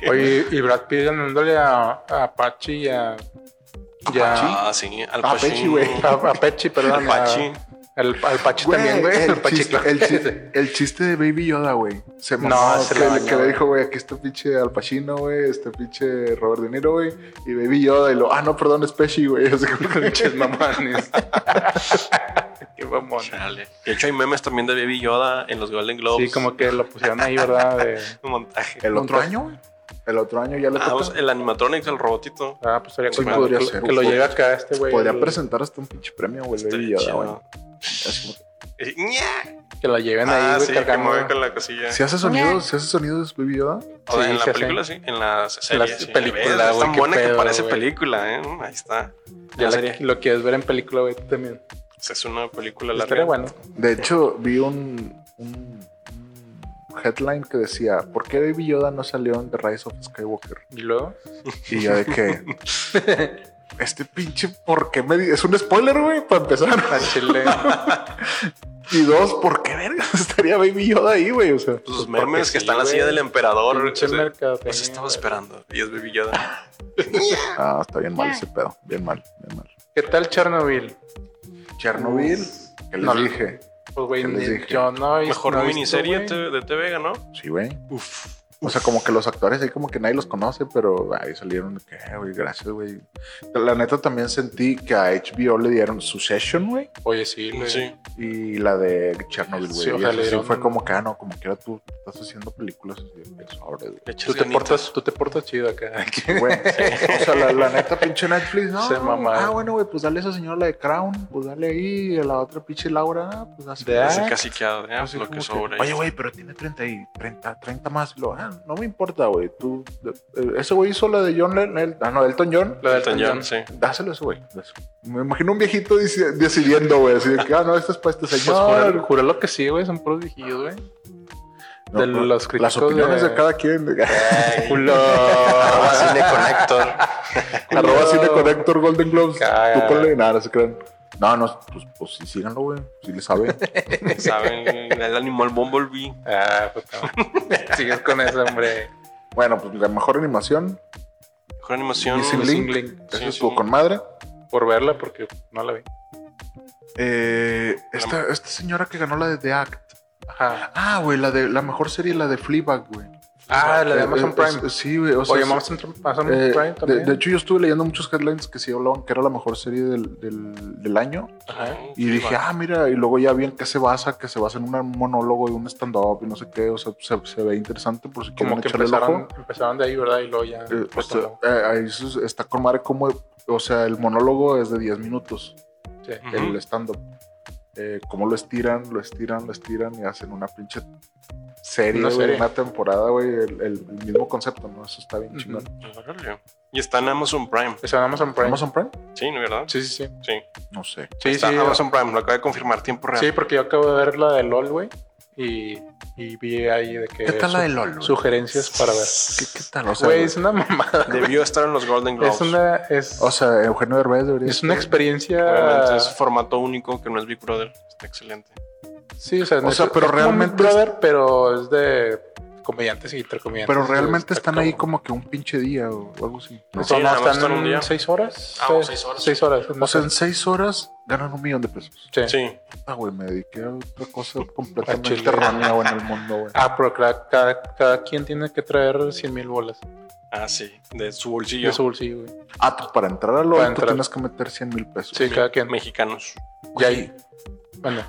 E: Oye, y Brad Pitt ganándole a, a Apache y a. y a-
B: <laughs> Ah, sí. <laughs> Al
D: Ah, Pesci,
B: Pacino.
D: güey.
E: A, a Pechi, perdón.
B: Al Pachi.
E: a- Al, al Pachi también, güey.
D: El,
E: al Pachi,
D: chiste,
E: claro.
D: el chiste- el chiste de Baby Yoda, güey. Se
E: No,
D: mamó.
E: se
D: que,
E: la
D: le-
E: bañó,
D: que le
E: güey.
D: dijo, güey, aquí está pinche Al Pacino, güey. Este pinche Robert De Niro, güey. Y Baby Yoda. Y lo, ah, no, perdón, es Pesci, güey. <laughs> Así como que
E: Pinches mamones. <laughs> Qué mamón.
B: Chale. De hecho, hay memes también de Baby Yoda en los Golden Globes. <laughs>
E: Sí, como que lo pusieron ahí, ¿verdad? De-
B: Un montaje.
D: El otro
E: Monta-
D: año, güey. El otro año ya le
B: Ah,
D: toca.
B: pues, el animatronics, el robotito.
E: ah, pues sería
D: Sí,
E: como
D: podría
E: que,
D: ser.
E: que lo lleve acá este güey.
D: Podría
E: el-
D: presentar hasta un pinche premio, güey,
B: Está
D: Baby Yoda,
B: chido.
D: güey. Así como que-
B: Eh, ña.
E: Que lo lleven ahí,
B: Ah,
E: güey,
B: sí, que
E: cargando.
B: mueve con la cosilla.
D: Si hace sonidos, si hace sonidos Baby Yoda.
B: O sea,
E: Sí,
B: en la
E: sí,
B: película, sí. En las series.
E: Las
B: sí.
E: películas,
B: Ves, Es
E: güey,
B: tan
E: qué
B: buena que
E: pedo,
B: parece
E: güey.
B: película, ¿eh? Ahí está.
E: Ya
B: Ya
E: la-
B: sería.
E: lo quieres ver en película, güey, tú también.
B: Es una película
E: Pues Estaría
B: larga.
E: bueno.
D: De hecho, vi un, un- un headline que decía, ¿por qué Baby Yoda no salió en The Rise of Skywalker?
E: Y
D: <laughs>
E: luego,
D: Y yo de que. <laughs> Este pinche, ¿por qué me di- Es un spoiler, güey, para empezar.
E: a Chile.
D: Y dos, ¿por qué verga <laughs> estaría Baby Yoda ahí, güey? O sea,
B: Pues Los
E: porque
B: memes que
E: sí,
B: están la silla
E: güey.
B: del emperador. o
E: Pinche
B: sea,
E: mercadotecnia,
B: los estaba
E: güey.
B: esperando. Y es Baby Yoda.
D: ah, está bien mal ese pedo. Bien mal, bien mal.
E: ¿Qué tal Chernobyl?
D: Chernobyl, que les
E: No.
D: dije.
E: Pues, güey,
D: ¿Qué les
E: ni-
D: dije?
E: yo no he
B: Mejor
E: no he visto,
B: miniserie
E: güey.
B: te- de TV ganó.
D: Sí, güey.
B: Uf.
D: O sea, como que los actores ahí como que nadie los conoce, pero ahí salieron de que, "Eh, güey, gracias, güey. La neta también sentí que a HBO le dieron su session, güey.
E: Oye, sí, güey.
B: Sí.
D: Y la de Chernobyl, güey.
E: Sí, o
D: Y
E: sea,
D: eso
E: le
D: sí
E: dieron-
D: fue como que, ah, no, como que era tú, estás haciendo películas así de sobre, güey.
B: Le echas
E: Tú te,
B: ganitas.
E: portas, tú te portas chido acá.
D: Güey,
E: <laughs>
D: o sea, la, la neta, pinche Netflix, no.
E: Se mamaron.
D: Ah, bueno, güey, pues dale a esa señora la de Crown, pues dale ahí, a la otra pinche Laura, ah, pues hace.
E: De
B: Así
E: Ah,
B: caciqueado, ya,
D: así
B: lo
D: como
B: que sobra.
D: Oye, güey, pero tiene 30 y 30, 30 más. Y lo, ah, no me importa, güey. Tú, eh, ese güey hizo la de John Lennon, el- ah, no, Elton John.
E: Lo del
B: Elton John,
E: John.
B: sí.
D: Dáselo a ese güey. dáselo. Me imagino un viejito dici- decidiendo, güey, así de que, ah, no, esto es para este
E: Pues juré,
D: señor.
E: juré lo que sí, güey, son puros viejillos, güey.
D: No,
E: de
D: no,
E: los críticos
D: Las opiniones de...
E: de-
D: cada quien.
B: <laughs>
E: Culo.
B: Arroba Cine
E: <laughs>
B: Connector.
D: Arroba Cine Connector Golden Globes.
E: Caga.
D: Tú ponle nada, no se crean. No, no, pues, pues sí, síganlo, güey. Sí le sabe.
B: Saben, el animal Bumblebee.
E: Ah, pues no. Sigues con eso, hombre.
D: bueno, pues la mejor animación.
B: Mejor animación.
D: Y sin
E: Pues,
D: link.
E: un link
D: Eso
B: Sí,
D: estuvo
B: sí.
D: con madre.
E: Por verla, porque no la vi.
D: Eh, esta, esta señora que ganó la de The Act.
E: Ajá.
D: Ah, güey, la de la mejor serie, la de Fleabag, güey.
E: Ah, la de
D: Eh,
E: Amazon
D: eh,
E: Prime.
D: es- sí, güey. O sea,
E: Oye,
D: es-
E: Amazon, Amazon
D: eh,
E: Prime
D: de,
E: también.
D: de hecho, yo estuve leyendo muchos headlines que sí hablaban que era la mejor serie del, del- del año.
E: Ajá.
D: Y dije, ah, mira, y luego ya vi en qué se basa, que se basa en un monólogo y un stand-up y no sé qué. O sea, se, se ve interesante por si
E: Como
D: quieren
E: que
D: echarle el ojo.
E: empezaron, empezaron de ahí, ¿verdad? Y luego ya.
D: Eh, o sea,
E: retomaron.
D: eh, ahí eso es- está con madre como, o sea, el monólogo es de 10 minutos,
E: Sí.
D: el stand-up. Eh, cómo lo estiran, lo estiran, lo estiran y hacen una pinche serie,
E: Una
D: güey,
E: serie.
D: una temporada, güey, el, el mismo concepto, ¿no? Eso está bien
E: Ujú.
D: chingón.
B: Órale. Y está en Amazon Prime.
E: Está en Amazon Prime.
D: ¿Amazon Prime?
B: Sí, ¿no es verdad?
E: Sí, sí, sí.
B: Sí.
D: No sé.
E: Sí, sí.
B: Está en Amazon Prime, lo acabo de confirmar, tiempo real.
E: Sí, porque yo acabo de ver la de LOL, güey. Y, y vi ahí de que.
D: ¿Qué tal la
E: su-
D: de LOL, güey?
E: Sugerencias para ver.
D: ¿Qué, qué tal? O sea,
E: Güey,
D: güey,
E: es una mamada.
D: <laughs>
B: Debió estar en los Golden Globes.
E: Es una. Es,
D: o sea, este, Eugenio Derbez debería
E: es una
D: estar-
E: experiencia.
B: Realmente es formato único que no es Big Brother. Está excelente.
E: Sí, o sea,
D: O sea, pero
E: como Big
D: realmente-
E: Brother, pero es de comediantes y intercomediantes.
D: Pero realmente
E: Está
D: están ahí
E: cabrón.
D: como que un pinche día o o algo así.
E: No,
B: Sí,
E: no,
B: nada más
E: están
B: están un día.
E: seis horas.
B: Ah, o seis horas.
E: Seis horas.
D: O sea, en seis horas ganan un millón de pesos.
E: Sí.
B: Sí.
D: Ah, güey, me dediqué a otra cosa
E: A
D: completamente
E: Chile.
D: errónea güey, en el mundo, güey.
E: Ah, pero cada, cada, cada quien tiene que traer 100 mil bolas
B: Ah, sí. De su bolsillo.
E: de su bolsillo, güey.
D: Ah, pues para entrar a lo
E: Para
D: alto
E: entrar.
D: tienes que meter 100 mil pesos.
E: Sí, cada quien.
B: Mexicanos.
D: Pues
E: Y ahí. Bueno,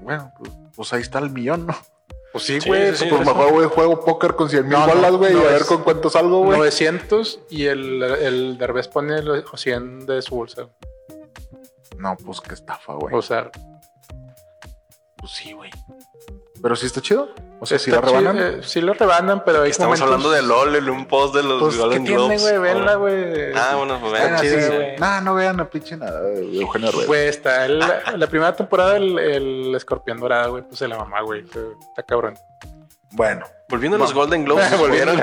D: Bueno, pues, pues ahí está el millón, ¿no?
E: pues sí,
B: Sí,
E: güey.
B: sí, sí,
D: Pues mejor, güey, juego póker con 100 mil
E: No, no,
D: bolas, güey,
E: no
D: y a ver
E: es-
D: con cuánto salgo, güey.
E: 900 y el, el Derbez pone los 100 de su bolsa.
D: No, pues qué estafa, güey.
E: O sea,
D: Pues sí, güey. Pero sí está chido. O sea, si
E: está
D: la rebanan.
E: chido, eh, sí lo rebanan, pero hay
B: Estamos
E: momentos-
B: hablando de LOL en un post de los
E: Pues, ¿qué
B: Golden
E: tiene,
B: Globes.
E: güey? Venla,
B: Ah,
E: güey.
B: Ah, bueno, pues vean.
D: Vean,
E: Está chido,
D: sí,
E: güey.
D: Nah, no vean a pinche nada eh, de Eugenio
B: pues.
D: Derbez.
E: Güey, está el-
B: Ah.
E: la primera temporada, el, el escorpión dorado, güey, pues de la mamá, güey. fue- Está cabrón.
D: Bueno,
B: Volviendo a los Golden Globes.
E: Volvieron.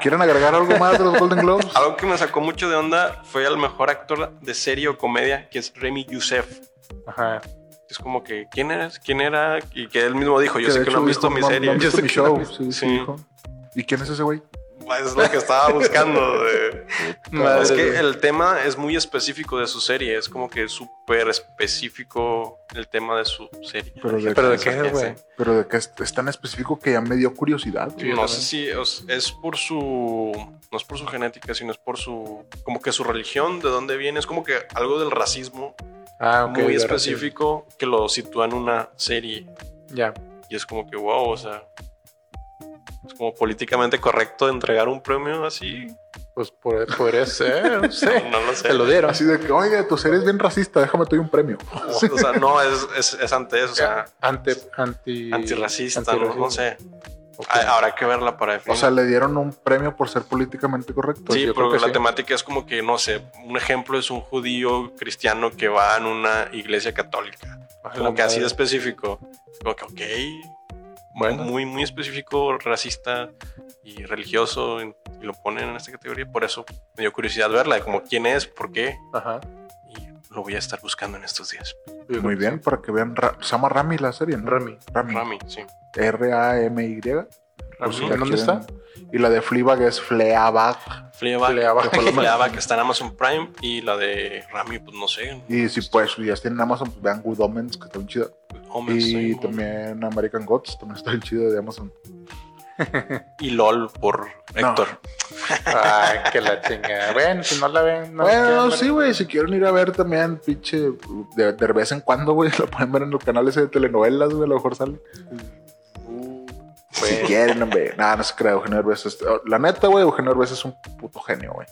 D: ¿quieren agregar algo más de los Golden Globes?
B: Algo que me sacó mucho de onda fue al mejor actor de serie o comedia, que es Remy Youssef.
D: <laughs>
E: Ajá.
B: Es como que, ¿quién eres? ¿Quién era? Y que él mismo dijo, yo
D: de
B: sé que
D: hecho
B: no han visto
D: dijo,
B: mi
D: no- no
B: serie.
D: han visto
E: Yo sé
D: mi
E: que no han
D: show.
E: visto.
D: Sí, sí,
B: Sí.
D: dijo. ¿Y quién es ese güey?
B: Es lo que estaba buscando. de-
E: <laughs> Madre,
B: es que
E: güey.
B: el tema es muy específico de su serie. Es como que súper específico el tema de su serie.
D: Pero de-
E: ¿Pero de
B: Sí,
E: qué
B: sí.
E: es, güey?
D: Pero de que es, es tan específico que ya me dio curiosidad. güey.
E: Sí, yo
B: no
E: también.
B: sé si o s- es por su. No es por su genética, sino es por su. Como que su religión, de dónde viene. Es como que algo del racismo
E: Ah, ok,
B: muy
E: de
B: específico que lo sitúa en una serie.
E: racismo. Ya.
B: Y es como que, wow, o sea. Es como políticamente correcto entregar un premio así.
E: Pues por- podría ser,
B: <laughs>
E: no sé.
B: No lo
E: <laughs>
B: sé.
E: Se lo dieron.
D: Así de que, oye, tu serie es bien racista, déjame te doy un premio.
B: O sea, no, es, es, es ante eso. O
E: <laughs>
B: sea,
E: Ante, anti,
B: antirracista,
E: antirracista.
B: No, no sé.
E: Ok.
B: Ah, Habrá que verla para definir.
D: O sea, le dieron un premio por ser políticamente correcto.
B: sí,
E: pues yo creo
B: porque
E: que
B: la
E: sí.
B: temática es como que, no sé, un ejemplo es un judío cristiano que va en una iglesia católica.
E: Ah, la
B: Como que así de
E: madre.
B: específico. Como que, ok.
E: Bueno.
B: Muy, muy específico, racista y religioso. Y lo ponen en esta categoría. Por eso me dio curiosidad verla. de Como quién es, por qué.
E: Ajá.
B: Y lo voy a estar buscando en estos días.
D: Muy bien, para que vean. Ra- se llama Rami la serie, ¿no?
E: Rami.
D: Rami.
B: Rami, sí.
D: R-A-M-Y.
E: Rami.
D: Por si
E: ¿En
D: la
E: dónde
D: quieren-
E: está?
D: Y la de Fleabag es Fleabag.
B: Fleabag,
E: Fleabag.
B: que fue la <laughs> Fleabag, que está en Amazon Prime. Y la de Rami, pues no sé.
D: Y si pues ya están en Amazon, pues vean Good Omens, que está bien chida.
B: Homens,
D: Y
B: sí,
D: también American Gods, también está bien chida de Amazon.
B: y LOL por Héctor.
E: Ay, que la chingada. Bueno, si no la ven. No
D: bueno,
E: quieren
D: sí,
E: ver.
D: güey, si quieren ir a ver también, pinche, de, de vez en cuando, güey, <laughs> lo pueden ver en los canales de telenovelas, güey, a lo mejor sale.
E: Uh, Eh.
D: Si quieren, hombre. Nada, no se crea, Eugenio Derbez. es- oh, La neta, güey, Eugenio Derbez es un puto genio, güey.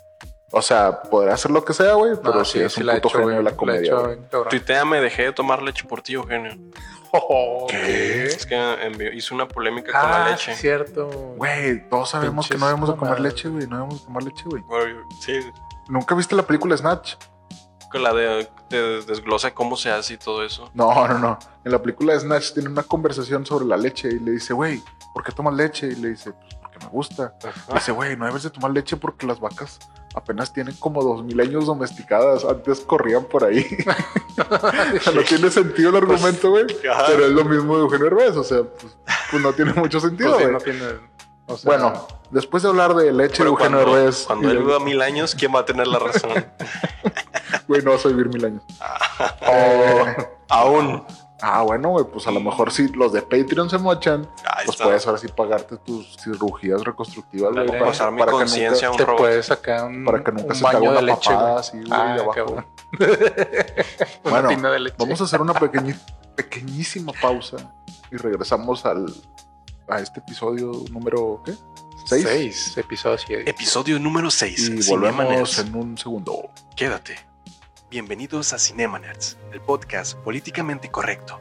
D: O sea, podrá hacer lo que sea, güey,
E: No,
D: pero sí, es un
E: la
D: puto
E: echó,
D: genio de la
E: güey,
D: comedia.
E: echó,
D: güey.
E: cabrón. <laughs>
B: Tuiteame, dejé de tomar leche por ti, Eugenio.
E: Oh, ¿Qué?
B: Es que envió- hice una polémica con la
E: Ah, sí,
B: leche.
E: es cierto.
D: Güey, todos sabemos
E: Pinches
D: que no debemos de comer
E: mamadas.
D: leche, güey. No debemos de comer leche, güey.
B: Güey, Sí,
D: ¿Nunca viste la película Snatch?
B: con la de te desglosa cómo se hace y todo eso.
D: No, no, no. En la película de Snatch tiene una conversación sobre la leche y le dice, güey, ¿por qué tomas leche? Y le dice, pues porque me gusta. Y dice, güey, no debes de tomar leche porque las vacas apenas tienen como dos mil años domesticadas. Antes corrían por ahí. <laughs> O sea, no tiene sentido el
E: Pues,
D: argumento, güey.
B: ajá.
D: pero es lo mismo de Eugenio Herbes. O sea, pues, pues no tiene mucho
E: Pues
D: sentido,
E: sí,
D: güey.
E: no tiene- o sea,
D: Bueno, después de hablar de leche
B: Pero
D: de Eugenio
B: cuando,
D: Herbes,
B: cuando
D: y
B: él
D: de-
B: viva mil años, ¿quién va a tener la
D: <laughs>
B: razón?
D: güey, no vas a vivir mil años.
B: Aún.
D: Ah, bueno, güey, pues a lo mejor si los de Patreon se mochan,
B: Ahí
D: pues
B: está.
D: puedes ahora sí pagarte tus cirugías reconstructivas, güey.
E: Dale.
B: Pasar mi
D: que
B: conciencia a
D: nunca-
B: un
E: Te
B: robot.
E: puedes sacar un,
D: para que nunca
E: un
D: se te haga
E: baño
D: una
E: de leche.
D: papada
E: güey.
D: así, güey,
E: Ah,
D: de abajo, <laughs>
E: cabrón. Una
D: Bueno,
E: tina de leche.
D: Vamos a hacer una pequeñi- pequeñísima pausa y regresamos al a este episodio número ¿qué? ¿Seis?
E: Seis episodios. siete.
C: Episodio número
D: Y
C: 6.
D: volvemos en un segundo.
C: Quédate. Bienvenidos a Cinemaners, el podcast políticamente correcto,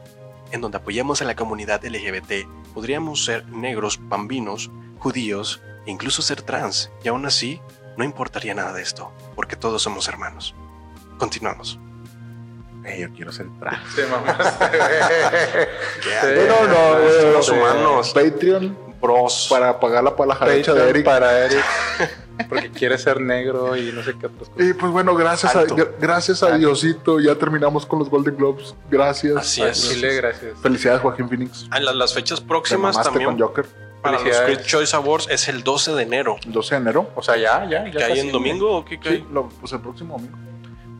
C: en donde apoyamos a la comunidad LGBT. Podríamos ser negros, bambinos, judíos, e incluso ser trans, y aún así no importaría nada de esto, porque todos somos hermanos. Continuamos.
D: Eh, yo quiero ser trans.
E: Te <laughs> mamaste, güey.
D: No,
E: Pero
D: no, güey,
B: somos
D: sí.
B: humanos.
D: Patreon
B: Bros.
D: para pagar la palajarecha
E: Patreon
D: de Eric.
E: para Eric. <laughs> Porque quiere ser negro y no sé qué otras cosas.
D: Y pues bueno, gracias a,
C: Alto.
D: gra- gracias a Diosito, ya terminamos con los Golden Globes. Gracias.
B: Así
E: Al
B: es.
E: Ah, Chile, gracias.
D: Felicidades, Joaquín Phoenix.
B: Ah, la- las fechas
D: Te
B: próximas
D: mamaste
B: también
D: con Joker.
B: para los
E: Felicidades.
B: Critics Choice Awards es el 12 de enero.
D: 12 de enero.
E: O sea, ya, ya. ya
B: ¿Que hay
E: casi,
B: en
E: güey.
B: domingo o qué cae?
D: Sí, lo- pues el próximo domingo.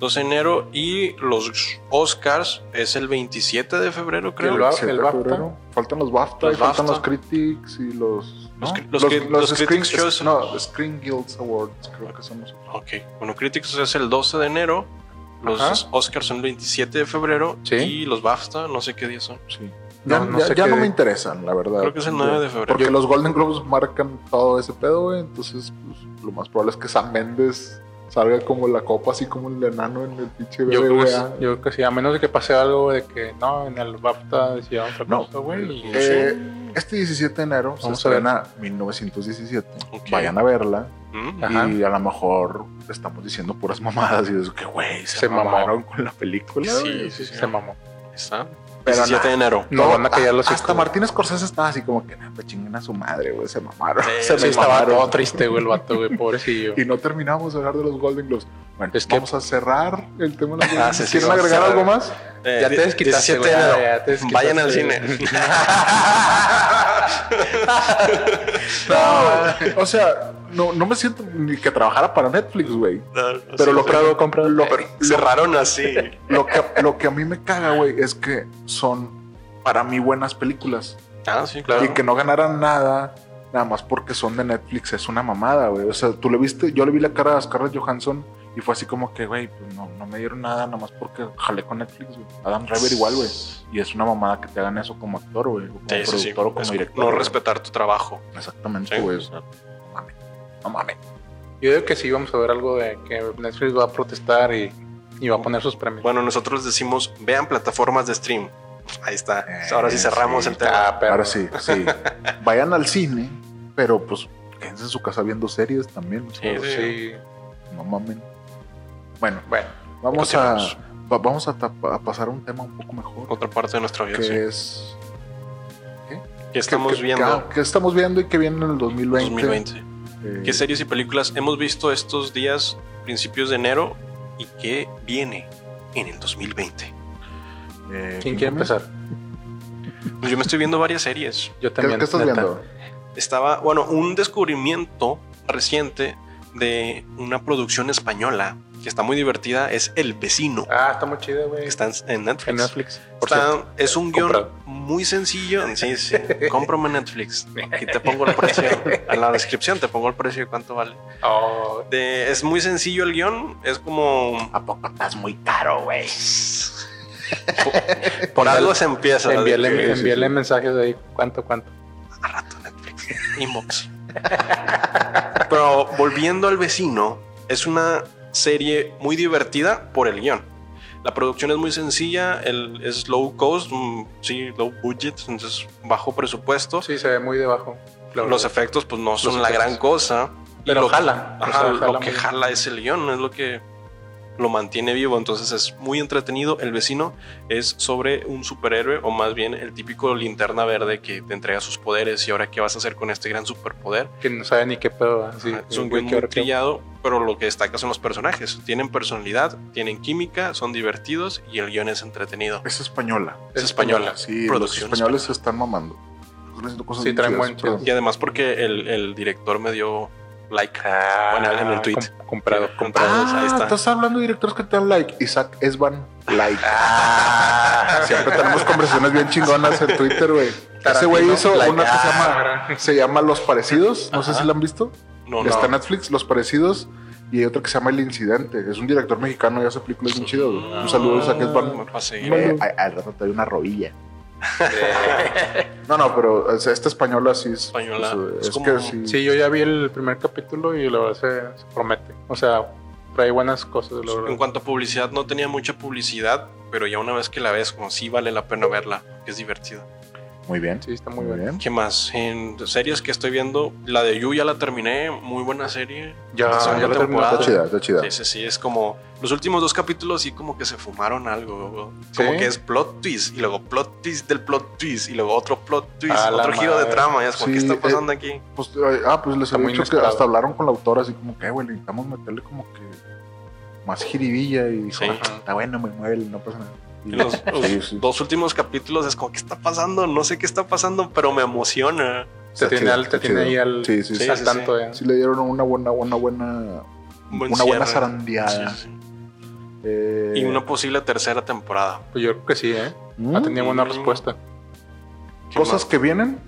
B: 12 de enero y los Oscars es el 27 de febrero, creo.
E: El Ba-
D: Sí,
E: el
D: de
E: BAFTA.
D: febrero. Faltan los BAFTA,
B: Los
D: y faltan
B: BAFTA.
D: los Critics y los. ¿no?
B: Los cri- los cri- los Critics' Choice.
D: No, Screen Guilds Awards, creo que son los.
B: Ok, bueno, Critics es el 12 de enero, los
E: Ajá.
B: Oscars son el 27 de febrero
E: Sí.
B: y los BAFTA no sé qué día son.
D: Sí.
E: No,
D: ya
E: no
D: ya-
E: sé
D: ya
E: qué
D: no
E: de-
D: me interesan, la verdad.
B: Creo que es el 9 de febrero.
D: Porque los Golden Globes marcan todo ese pedo, güey. Entonces, pues, lo más probable es que Sam Méndez salga como la copa, así como el enano en el pinche
E: Yo creo, que,
D: BBVA.
E: sí, yo creo que sí, a menos de que pase algo de que no, en el BAFTA decidieron otra
D: No.
E: cosa, güey. y-
D: Eh, este 17 de enero
E: Vamos
D: se
E: a ver.
D: estrena 1917.
B: Ok.
D: Vayan a verla.
B: Mm.
E: Ajá.
D: Y a lo mejor estamos diciendo puras mamadas y es que, güey, se,
E: Se mamó.
D: mamaron con la película.
B: Sí,
D: güey.
B: sí, sí.
E: Se mamó.
B: Ahí Está.
D: Pero
B: 17 de enero.
E: No,
D: Todo-
E: van a callar los
D: hasta
E: hijos.
D: Martín Scorsese estaba así como que, "Nah, pues chinguen a su madre, güey, se mamaron.
B: Sí,
D: se
E: Sí,
D: me
E: estaba
D: mamaron".
E: todo triste, güey, el vato, güey,
B: <laughs>
E: pobrecillo.
D: Y no terminamos de hablar de los Golden Globes. Bueno,
E: Es que-
D: vamos a cerrar el tema de los Golden
B: Ah,
D: Globes.
B: sí, sí,
D: ¿Quieren
B: vamos a
D: agregar
B: cerrar.
D: algo
B: <laughs>
D: más?
B: Eh,
E: Ya te desquitaste,
B: 17
E: güey.
B: de enero.
E: ya te desquitaste.
B: Vayan al
D: <laughs>
B: cine.
D: o sea, no, no me siento ni que trabajara para Netflix, güey.
B: Pero lo
E: Comprado, comprado.
D: Lo,
B: cerraron así.
D: lo que, lo que a mí me caga, güey, es que son para mí buenas películas.
B: Ah, sí, claro.
D: y que no ganaran nada nada más porque son de Netflix es una mamada, güey. O sea, tú le viste, yo le vi la cara a Scarlett Johansson y fue así como que, güey, pues no, no me dieron nada nada más porque jalé con Netflix, güey. Adam Driver igual, güey. Y es una mamada que te hagan eso como actor, güey, o como
B: Sí,
D: productor
B: sí, sí.
D: o como
B: Es
D: director.
B: no
D: güey. Pues.
B: respetar tu trabajo.
D: Exactamente,
B: Sí.
D: güey. o sea, no mames. No mames.
E: Yo digo que sí, vamos a ver algo de que Netflix va a protestar y, y va a poner sus premios.
B: Bueno, nosotros decimos, vean plataformas de stream. Ahí está.
D: Eh,
B: Ahora sí cerramos
E: Ah,
D: sí.
B: el tema.
E: pero-
D: Ahora sí,
B: <laughs>
D: sí. Vayan al cine, pero pues quédense en su casa viendo series también. o sea,
B: Sí,
E: Sí.
D: No mamen. Bueno,
E: Bueno,
D: Vamos a,
B: Continuamos.
D: va- vamos a, tapa- a pasar a un tema un poco mejor,
B: Otra parte de nuestra vida.
D: que
B: sí.
D: es...
B: ¿Qué estamos
D: que- que-
B: viendo?
D: Que, estamos viendo y que viene en el 2020.
B: 2020.
D: Eh,
B: ¿Qué series y películas hemos visto estos días, principios de enero, y qué viene en el 2020?
D: eh,
E: ¿quién quiere
D: comienza?
E: empezar?
B: Pues yo me estoy viendo varias series.
E: Yo
D: ¿Qué,
E: también.
D: qué estás
E: neta.
D: viendo?
B: Estaba, bueno, un descubrimiento reciente de una producción española que está muy divertida, es El Vecino,
E: Ah, está muy chido,
B: que
E: güey.
B: está en- en Netflix.
E: en Netflix. por
B: Está-
E: cierto.
B: es un guión
E: Comprado.
B: muy sencillo. Sí,
E: <laughs>
B: sí. Cómprame Netflix. Aquí te pongo el precio. En la descripción te pongo el precio y cuánto vale.
E: Oh,
B: De- es muy sencillo el guión. Es como.
D: ¿A poco estás muy caro, güey?
E: Eh,
B: Por, por algo se empieza. de
E: envíale
B: que-
E: envíale mensajes ahí. ¿Cuánto, cuánto?
B: a rato Netflix. Inbox. <laughs> Pero volviendo al vecino, es una serie muy divertida por el guión. La producción es muy sencilla, el, es low cost, mm, sí, low budget, entonces bajo presupuesto.
E: Sí, se ve muy debajo. la
B: Los
E: verdad.
B: efectos pues no son
E: Los
B: la
E: efectos.
B: gran cosa. Y
E: Pero
B: lo-
E: jala. o
B: Ajá,
E: sea,
B: lo
E: jala
B: que
E: muy-
B: jala es el guión, es lo que lo mantiene vivo. Entonces es muy entretenido. El vecino es sobre un superhéroe, o más bien el típico linterna verde que te entrega sus poderes. Y ahora, ¿qué vas a hacer con este gran superpoder?
E: Que no sabe ni qué pedo. así,
B: Ajá, es un
E: güey
B: guión muy
E: que ahora qué-
B: trillado, pero lo que destaca son los personajes. Tienen personalidad, tienen química, son divertidos y el guión es entretenido.
D: Es española.
B: Es española.
D: Sí, los
B: Producción
D: españoles se están mamando. Están haciendo cosas
E: Sí,
D: bien
E: traen
D: chidas,
E: buen
D: perdón.
E: pedo.
B: Y además porque el, el director me dio like.
E: Ah,
B: Bueno, háganme un tweet.
E: com- comprado.
B: Con todos,
D: Ah,
B: ahí está.
D: estás hablando de directores que te dan like. Isaac Esban, like. Siempre tenemos conversaciones bien chingonas en Twitter, güey. Ese
E: Tarantino,
D: güey hizo
E: like.
D: una que se
E: Ah.
D: llama, se llama Los Parecidos. No sé si la han visto.
B: No,
D: Está en
B: no.
D: Netflix, Los Parecidos. Y hay otra que se llama El Incidente. Es un director mexicano y hace películas bien chidas. güey. Un saludo a Isaac
B: Me
D: Esban.
B: pasé.
D: Eh, a- al rato te doy una rodilla.
B: de-
D: No, no, pero o sea, esta española sí es.
B: Española.
D: pues,
B: Es
D: Es,
B: como-
D: que sí.
E: Sí, yo ya vi el primer capítulo y la verdad se, se promete. O sea, trae buenas cosas, la
B: En
E: verdad.
B: cuanto a publicidad, no tenía mucha publicidad, pero ya una vez que la ves, como sí vale la pena verla, que es divertida.
D: Muy bien.
E: Sí, está muy
D: Muy
E: bueno.
D: bien.
B: ¿Qué más? En series que estoy viendo, la de You ya la terminé, muy buena serie.
E: Ya,
B: La segunda
E: ya la terminé.
B: temporada.
D: Ah, Está chida, está chida.
B: Sí, sí, sí, es como los últimos dos capítulos sí como que se fumaron algo, como
E: Sí.
B: que es plot twist y luego plot twist del plot twist y luego otro plot twist,
E: A la
B: otro giro de
E: madre.
B: trama, ya es como, ¿qué
D: Sí,
B: está
D: eh,
B: pasando aquí?
D: Pues, eh, ah, pues les
E: Está
D: había
E: muy
D: dicho que
E: inesperado.
D: hasta hablaron con la autora, así como que, "Ay, güey, necesitamos meterle como que más jiribilla y dijo,
B: Sí.
D: "Ah, está bueno, me mueve, no pasa nada. Y-
B: Y los-
D: sí,
B: los
D: sí.
B: dos últimos capítulos es como, ¿qué está pasando? No sé qué está pasando, pero me emociona.
E: Te
D: Está
E: tiene,
D: chido,
E: al, te
D: está
E: tiene
D: chido.
E: ahí al,
D: Sí, sí, sí.
E: al
B: sí,
E: tanto.
B: sí.
E: eh.
D: Sí le dieron una buena, una buena,
B: Un buen
D: una
B: cierre.
D: buena zarandeada.
B: Sí, sí, sí.
D: Eh,
B: Y una posible tercera temporada.
E: Pues yo creo que sí, ¿eh?
D: ¿Mm?
E: Ha tenido buena
B: Mm.
E: respuesta.
B: ¿Qué
D: cosas
B: más?
D: que vienen.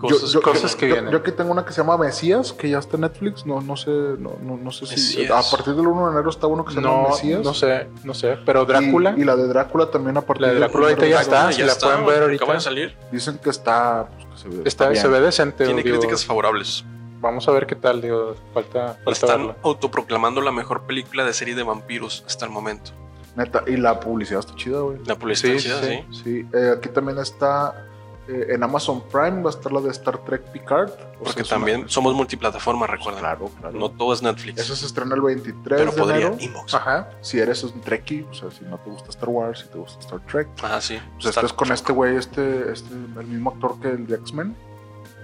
B: Cosas-
E: cosas que
D: yo-
E: vienen.
D: Yo aquí tengo una que se llama Mesías, que ya está en Netflix. No, no sé, no, no, no sé si
B: Mesías.
D: a partir del 1 de enero está uno que se llama
E: No,
D: Mesías.
E: no sé, no sé. Pero Drácula,
D: Y, y la de Drácula también a partir
E: La de
D: del
E: Drácula ahorita
D: 1 de
E: ya está,
D: enero.
E: si la pueden ver ahorita.
B: Acaba de salir.
D: Dicen que está. pues, que se ve,
E: está,
D: bien.
E: se ve decente.
B: Tiene
E: digo,
B: críticas favorables.
E: Vamos a ver qué tal, digo. Falta, falta
B: Están
E: verla.
B: autoproclamando la mejor película de serie de vampiros hasta el momento.
D: Neta, y la publicidad está chida, güey.
B: La publicidad
E: Sí,
B: chida,
E: sí.
B: sí.
D: Sí, eh, aquí también está. eh, en Amazon Prime va a estar la de Star Trek Picard. O sea,
B: Porque
D: es
B: también
D: una-
B: somos multiplataforma, recuerden.
D: Claro, claro.
B: No todo es Netflix.
D: Eso se estrena el 23
B: pero
D: de
B: podría
D: enero.
B: inbox.
E: Ajá.
D: Si eres un Trekkie, o sea, si no te gusta Star Wars, si te gusta Star Trek,
B: Ah, sí.
D: pues estás con este güey, este, este, el mismo actor que el de X-Men,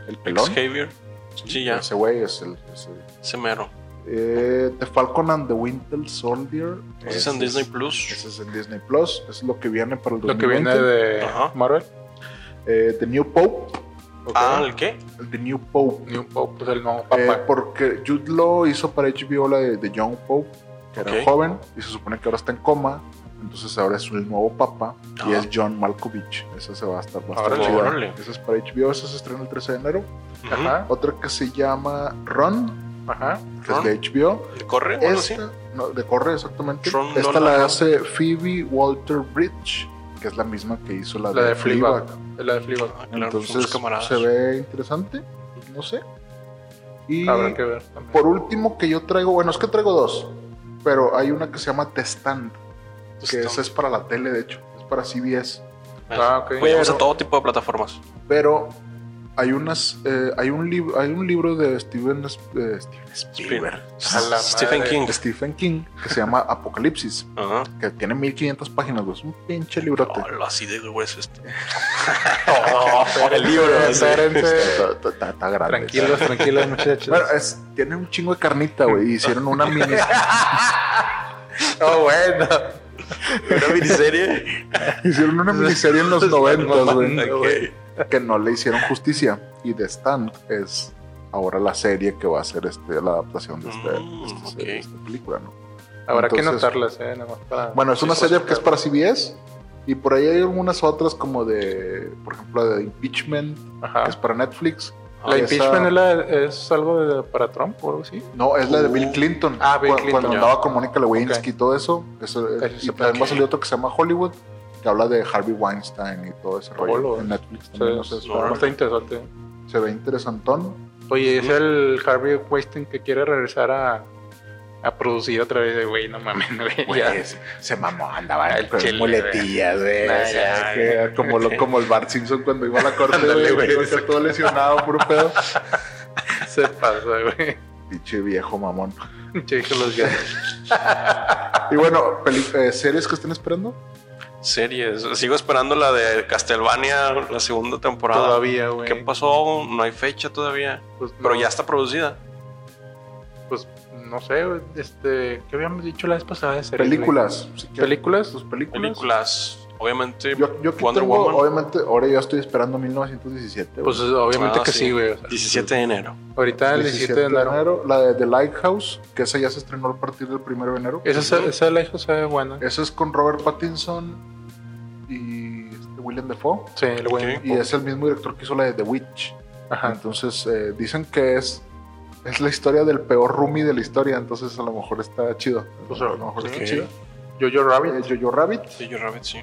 D: el pelón.
B: Xavier, sí, ya.
D: Ese güey es el. es el-
B: ese mero.
D: eh, the Falcon and the Winter Soldier.
B: Ese es en
D: Ese
B: Disney
D: es-
B: Plus.
D: Ese es en Disney Plus. Es lo que viene para el
E: Lo que
D: 2020.
E: viene de
B: Ajá.
E: Marvel.
D: Eh, The New Pope.
B: Ah, ¿el qué?
D: The New Pope.
E: New Pope, pues el nuevo
D: Eh,
E: papá.
D: porque Jude Law hizo para HBO la de, de Young Pope, que
B: Ok.
D: era joven, y se supone que ahora está en coma. Entonces ahora es el nuevo papa y
B: Ah.
D: es John Malkovich. Ese se va a estar bastante
E: Órale,
D: chido.
B: órale.
D: Ese es para HBO, ese se estrena el 13 de enero.
B: Ajá.
E: Ajá,
D: Otra que se llama Ron,
E: ajá.
D: que
B: Ron.
D: es de HBO.
B: ¿Corre? Bueno, sí.
D: Esta, no, de corre exactamente.
B: Ron
D: Esta
B: Lola,
D: la
B: ¿no?
D: hace Phoebe Walter Bridge, que es la misma que hizo la,
E: La
D: de,
E: de Fleabag.
D: Fleabag.
E: La de Fleabag.
B: Ah, claro, somos
D: Entonces
B: camaradas.
D: se ve interesante, no sé. Y
E: Habrá que ver también.
D: por último que yo traigo, bueno, es que traigo dos, pero hay una que se llama The Stand,
B: Entonces,
D: que esa
B: estamos-
D: es para la tele, de hecho, es para CBS.
E: Ah, ok.
B: Oye, vamos a
D: Pero-
B: todo tipo de plataformas.
D: Pero hay unas, eh, hay un libro, hay un libro de Steven, S- eh, Steven Spielberg,
E: A la
B: Stephen
E: madre.
B: King.
D: de Stephen King, que se llama Apocalipsis,
B: Ajá.
D: que tiene 1500 páginas, güey, es un pinche librote.
B: Hola, así de grueso este.
E: el libro. Espérense.
D: Está- está- Está está grande.
E: Tranquilos, tranquilos, muchachos.
D: Bueno, eh, es- tiene un chingo de carnita, güey. y Hicieron una mini.
E: Oh, bueno.
B: Una miniserie.
D: hicieron una miniserie
E: <laughs>
D: en los noventas, güey.
B: Ok.
D: Que no le hicieron justicia. Y The Stand es ahora la serie que va a ser este, la adaptación de, este-
B: Mm,
D: de esta
B: ok.
D: serie, de esta película, ¿no?
E: Habrá que
D: Entonces-
E: notarlas, eh, nada más para.
D: Bueno, es
E: sí,
D: una
E: pues,
D: serie que es para CBS. Y por ahí hay algunas otras como de, por ejemplo, de Impeachment, que
E: Ajá.
D: es para Netflix.
E: Ah, La
D: esa-
E: impeachment es, la- es algo de, para Trump o algo así.
D: No, es la de
B: Uh.
D: Bill Clinton.
E: Ah, Bill
D: Cu-
E: Clinton,
D: Cuando
E: ya.
D: andaba con Mónica Lewinsky
E: Ok.
D: y todo eso. eso-
E: Eso sí,
D: y también va
B: ok.
D: a salir otro que se llama Hollywood, que habla de Harvey Weinstein y todo ese rollo.
E: Hola.
D: En Netflix
E: O
D: también.
E: sea,
D: no sé,
E: es-
B: no,
D: está-
E: está interesante.
D: Se ve interesantón.
E: Oye, es el Harvey Weinstein que quiere regresar a, a producir otra vez, de güey, no mames, <laughs> güey. ya.
D: Pues, se mamó, andaba
E: Al
D: con
E: chile,
D: muletillas, güey.
E: Nah,
D: o sea,
E: ya,
D: que como, lo- como el Bart Simpson cuando iba a la corte,
E: Ándale,
D: güey,
E: güey,
D: iba a ser todo lesionado, puro pedo.
E: Se pasa, güey. <laughs>
D: Pinche viejo mamón.
E: Che, que los gatos. <laughs>
D: Y bueno, peli- eh, ¿series que estén esperando?
B: Series. Sigo esperando la de Castlevania, la segunda temporada.
E: Todavía,
B: ¿Qué
E: güey.
B: pasó? No hay fecha todavía.
E: Pues,
B: Pero
E: no,
B: ya está producida.
E: Pues no sé, güey, este. ¿Qué habíamos dicho la vez pasada de series, güey?
D: Películas. si quieren,
E: ¿Películas?
D: sus películas.
B: Películas. Obviamente,
D: Yo, yo aquí
B: Wonder
D: tengo,
B: Woman.
D: obviamente, ahora yo estoy esperando 1917.
E: Pues obviamente
B: Ah,
E: que
B: sí.
E: sí, güey. o sea,
B: 17 de enero.
E: Ahorita el 17 de enero.
D: La de The Lighthouse, que esa ya se estrenó a partir del 1 de enero.
E: Esa, se- esa la hizo se ve buena.
D: Esa es con Robert Pattinson y este William Defoe.
E: Sí, el güey.
B: Ok.
D: Y es el mismo director que hizo la de The Witch.
E: Ajá.
D: Entonces eh, dicen que es, es la historia del peor roomie de la historia. Entonces a lo mejor está chido.
E: Pues,
D: a lo mejor
E: ok.
D: está chido.
E: Jojo Rabbit.
D: Eh, Jojo Rabbit.
B: Sí, yo Rabbit, sí.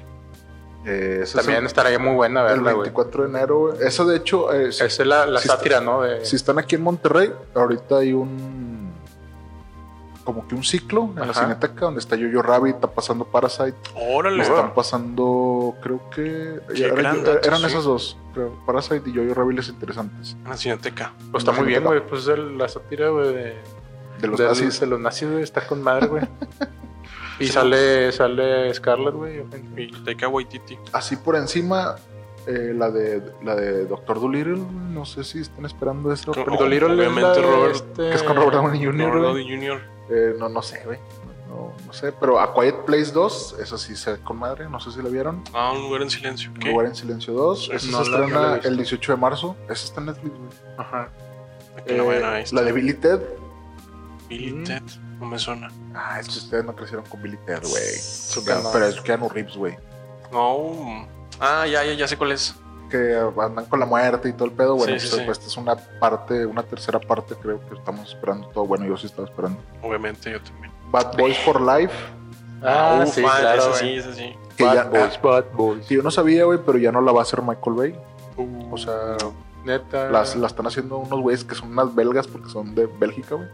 D: eh, esa es
E: También
D: el-
E: estaría muy buena
D: el
E: verla, güey.
D: 24 de enero. güey. Esa de hecho, eh, si,
E: Esa es la, la
D: Sí está-
E: sátira, ¿no? De,
D: si están aquí en Monterrey, ahorita hay un como que un ciclo en la
E: Ajá.
D: Cineteca donde está Jojo Rabbit, está pasando Parasite.
B: Órale,
D: Lo
B: güey.
D: están pasando, creo que.
B: Qué
D: era-
B: gran dato,
D: eran
B: sí.
D: esas dos, creo. Parasite y Jojo Rabbit, las interesantes.
B: en la cineteca.
E: pues está muy bien,
D: Imagínate.
E: güey. Pues el- la sátira, güey, de,
D: De los
E: de-
D: nazis.
E: de los nazis, güey. Está con
D: <laughs>
E: madre, güey. y sale, sale Scarlett, güey.
B: Y Taika Waititi.
D: Así por encima, eh, la de la de Doctor Dolittle, no sé si están esperando eso.
B: Creo-
D: pero-
B: oh,
E: Dolittle es la
B: obviamente,
E: de
B: Robert,
E: este-
D: que es con Robert Downey Jr.
B: Robert
D: güey.
B: Downey Jr.
D: Eh, no, no sé, güey. No, no sé, pero A Quiet Place 2, eso sí se ve con madre, no sé si la vieron.
B: Ah, un lugar en silencio. ¿Qué?
D: Lugar en Silencio 2, esa
E: No
D: se
E: la- no la
D: estrena
E: he visto.
D: el 18 de marzo. Esa está en Netflix, güey.
E: Ajá.
B: Que no
D: Eh,
B: vayan a esto.
D: la de Billy Ted.
B: Bill y
E: Mm.
B: Ted. No me suena.
D: Ah, es que ustedes no crecieron con Billy Ted,
E: Sí,
D: güey.
E: no.
D: Pero es Keanu Reeves, güey.
B: No. Ah, ya, ya, ya sé cuál es.
D: que andan con la muerte y todo el pedo. Bueno,
B: Sí, sí,
D: pues,
B: sí.
D: esta es una parte, una tercera parte, creo que estamos esperando todo. Bueno, yo sí estaba esperando.
B: Obviamente, yo también.
D: Bad Boys for Life,
E: Ah,
D: oh,
B: Uf,
E: sí,
B: man,
E: claro,
B: esa
E: güey.
B: sí, esa sí.
D: que
E: Bad
D: ya- ah.
E: Boys, Bad Boys.
D: que yo no sabía, güey, pero ya no la va a hacer Michael Bay.
B: Uh,
D: O sea,
E: Neta.
D: las, la están haciendo unos güeyes que son unas belgas porque son de Bélgica, güey.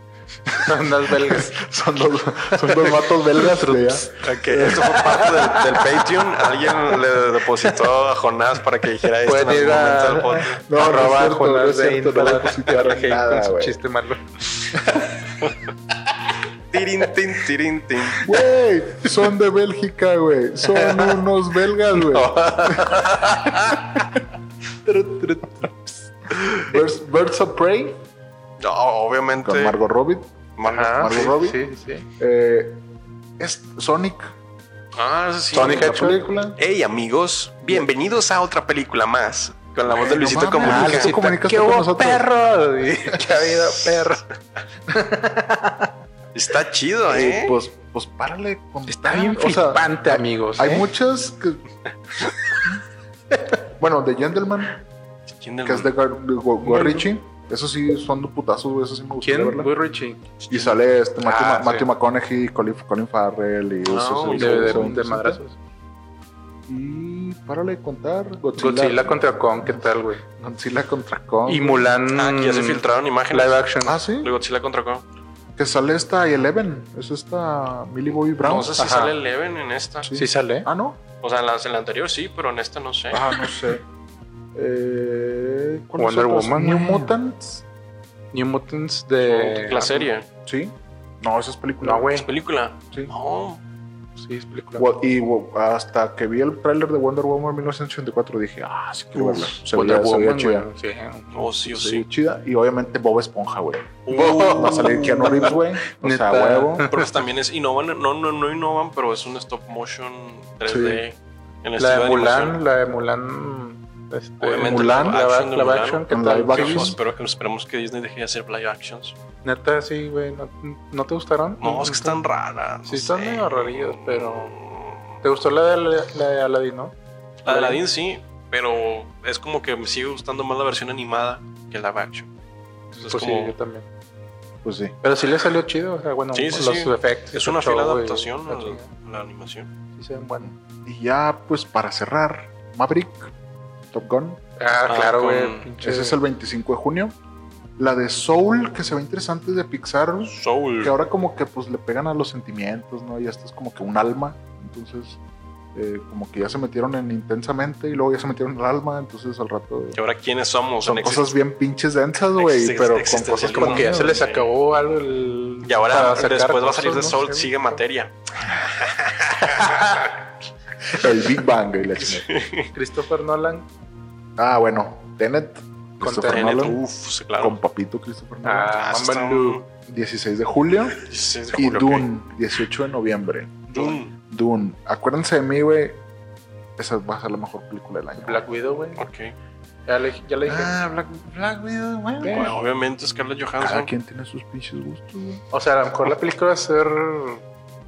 D: <laughs>
E: <laughs> son las belgas.
D: Son dos, son dos vatos belgas, güey. ya.
B: ok, esto fue parte del, del Patreon. Alguien le depositó a Jonás para que dijera esto en
E: Pueden
B: algún
E: ir a-
B: momento del podcast.
D: No, no es
E: Arroba
D: cierto, no es
E: Jonás de
D: cierto, no
E: <laughs> Instagram.
D: le depositaron
E: Con
D: nada,
E: su
D: güey.
E: chiste malo.
B: Tirin, tin, tirin, tin.
D: Güey, son de Bélgica, güey. Son unos belgas, güey. <laughs> Tru, tru, tru, ps. Birds, Birds of Prey
B: No, obviamente.
D: con Margot Robbie.
B: Margot.
E: Ajá,
D: Margot
E: sí,
D: Robbie.
E: Sí, sí.
D: Eh, es Sonic.
B: Ah, esa sí.
E: Sonic
D: la
E: Hedgehog.
D: película.
B: Hey, amigos, bienvenidos a otra película más. Con la voz de
D: Bueno,
B: Luisito
D: mames,
B: Comunica.
D: Luisito
B: Luisito
D: Ah, Comunica
E: ¿Qué
D: está con
E: hubo,
D: nosotros. <laughs>
E: perro? Y, ¿Qué ha habido, perro?
B: Está chido,
D: Sí, <laughs>
B: ¿eh?
D: Pues, pues párale con
E: Está
D: Ah,
E: bien
D: o sea,
E: flipante, amigos.
D: Hay
E: ¿eh?
D: muchas
E: <laughs>
D: que. bueno, The Gentleman,
B: ¿Quién del-
D: que es de Gar- de Gu- Guy Ritchie. Eso sí son de putazos, güey, eso sí me gustaría
E: ¿Quién?
D: verla.
E: Guy Ritchie.
D: Y sale este Matthew,
E: Ah,
D: Ma-
E: sí.
D: Matthew McConaughey, Colin, Colin Farrell y esos-
E: De,
B: uy,
D: esos-
E: de, de,
D: esos-
E: madrazos.
D: Y Mm, párale de contar. Godzilla,
E: Godzilla contra Kong, ¿qué tal, güey?
D: Godzilla contra Kong.
E: Y Mulan.
B: Ah, aquí ya se filtraron imágenes.
E: Live action.
D: ah, sí.
B: Luego Godzilla contra Kong.
D: Que sale esta Eleven. Es esta Millie Bobby Brown.
B: No sé si
E: Ajá.
B: sale Eleven en esta.
E: sí sale.
D: Ah, no.
B: O sea, en la, en la anterior sí, pero en esta no sé.
D: Ah, no sé. Eh, ¿cuáles
E: Wonder
D: otras?
E: Woman,
D: New
E: güey.
D: Mutants.
E: New Mutants de.
B: Oh, la serie,
D: Sí. No, esa es película.
E: No, güey.
B: es película.
D: Sí.
B: No.
E: Sí, es película.
D: Wo- Y wo- hasta que vi el tráiler de Wonder Woman 1984 dije, ah, sí quiero
E: Uf,
D: verla. Se
E: Wonder
D: veía, se veía
E: Woman,
D: chida.
E: güey, sí.
B: Oh, sí o
D: Se veía
B: sí.
D: chida. Y obviamente Bob Esponja, güey.
B: Uh,
D: Va a salir <laughs> Keanu Reeves, güey. O sea,
E: Neta.
D: huevo.
B: pero pues también es innovan, no, no, no innovan, pero es un stop motion 3D en el
E: La
B: estilo
E: de
B: de
E: Mulan,
B: animación.
E: la de Mulan. Este,
B: Obviamente,
D: Mulan,
E: la
B: live action de
E: live
B: Mulan.
E: action, ¿qué
D: Con
E: tal?
D: live
E: Sí,
D: action.
E: pues,
B: Espero- esperemos que Disney deje de hacer live actions.
E: Neta, sí, güey. ¿No, no te gustaron? Mm,
B: No, es que están raras. no
E: Sí, están
B: sé.
E: medio rarillas, pero. ¿Te gustó la de, la de Aladdin, no?
B: La de Aladdin sí, pero es como que me sigue gustando más la versión animada que la live action. Entonces,
E: Pues
B: es
E: sí,
B: como,
E: yo también.
D: Pues sí.
E: Pero sí le salió chido, o sea, bueno,
B: Sí, sí,
E: los
B: sí.
E: efectos.
B: es una
E: el show,
B: fiel
E: güey,
B: adaptación
E: la
B: a la,
E: chingada.
B: a la animación.
E: Sí, se ven buenos.
D: Y ya, pues para cerrar, Maverick, Top Gun.
E: Ah,
B: Ah,
E: claro,
B: con-
E: güey. pinche-
D: Ese es el 25 de junio. La de Soul, que se ve interesante, es de Pixar.
B: Soul.
D: Que ahora como que pues le pegan a los sentimientos, ¿no? Y esto es como que un alma. Entonces, eh, como que ya se metieron en intensamente y luego ya se metieron en el alma. Entonces al rato...
B: Que ahora quiénes somos.
D: Son
B: en exist-
D: cosas bien pinches densas, güey.
B: Existen-
D: Pero con
B: existen
D: cosas
B: el
E: Como que ya se les
B: güey.
E: acabó algo el.
B: Y ahora
E: para sacar
B: después va a
E: cosas,
B: salir de
E: ¿no?
B: Soul,
E: Sí,
B: sigue
E: güey.
B: materia.
D: El Big
B: <laughs>
D: Bang y la chingada.
E: Christopher Nolan.
D: Ah, bueno. Tenet. Christopher
E: Tenet,
D: Nolan.
B: Uf, sí, claro.
D: Con papito Christopher Nolan.
E: Ah,
B: Ah, eso está-
E: Mambaloo.
D: 16 de julio.
B: 16 de
D: Y
B: julio, ok.
D: Dune, 18 de noviembre.
B: Dune.
D: Dune. Acuérdense de mí, güey. Esa va a ser la mejor película del año.
E: Black Widow, güey.
B: Ok.
E: Ya le, ya le dije.
D: Ah, Black, Black Widow, bueno.
E: Eh.
B: Bueno, obviamente Scarlett
D: Cada
B: Johansson.
D: quien tiene sus pinches gustos.
B: Eh,
D: güey.
E: O sea, a lo mejor la película va a ser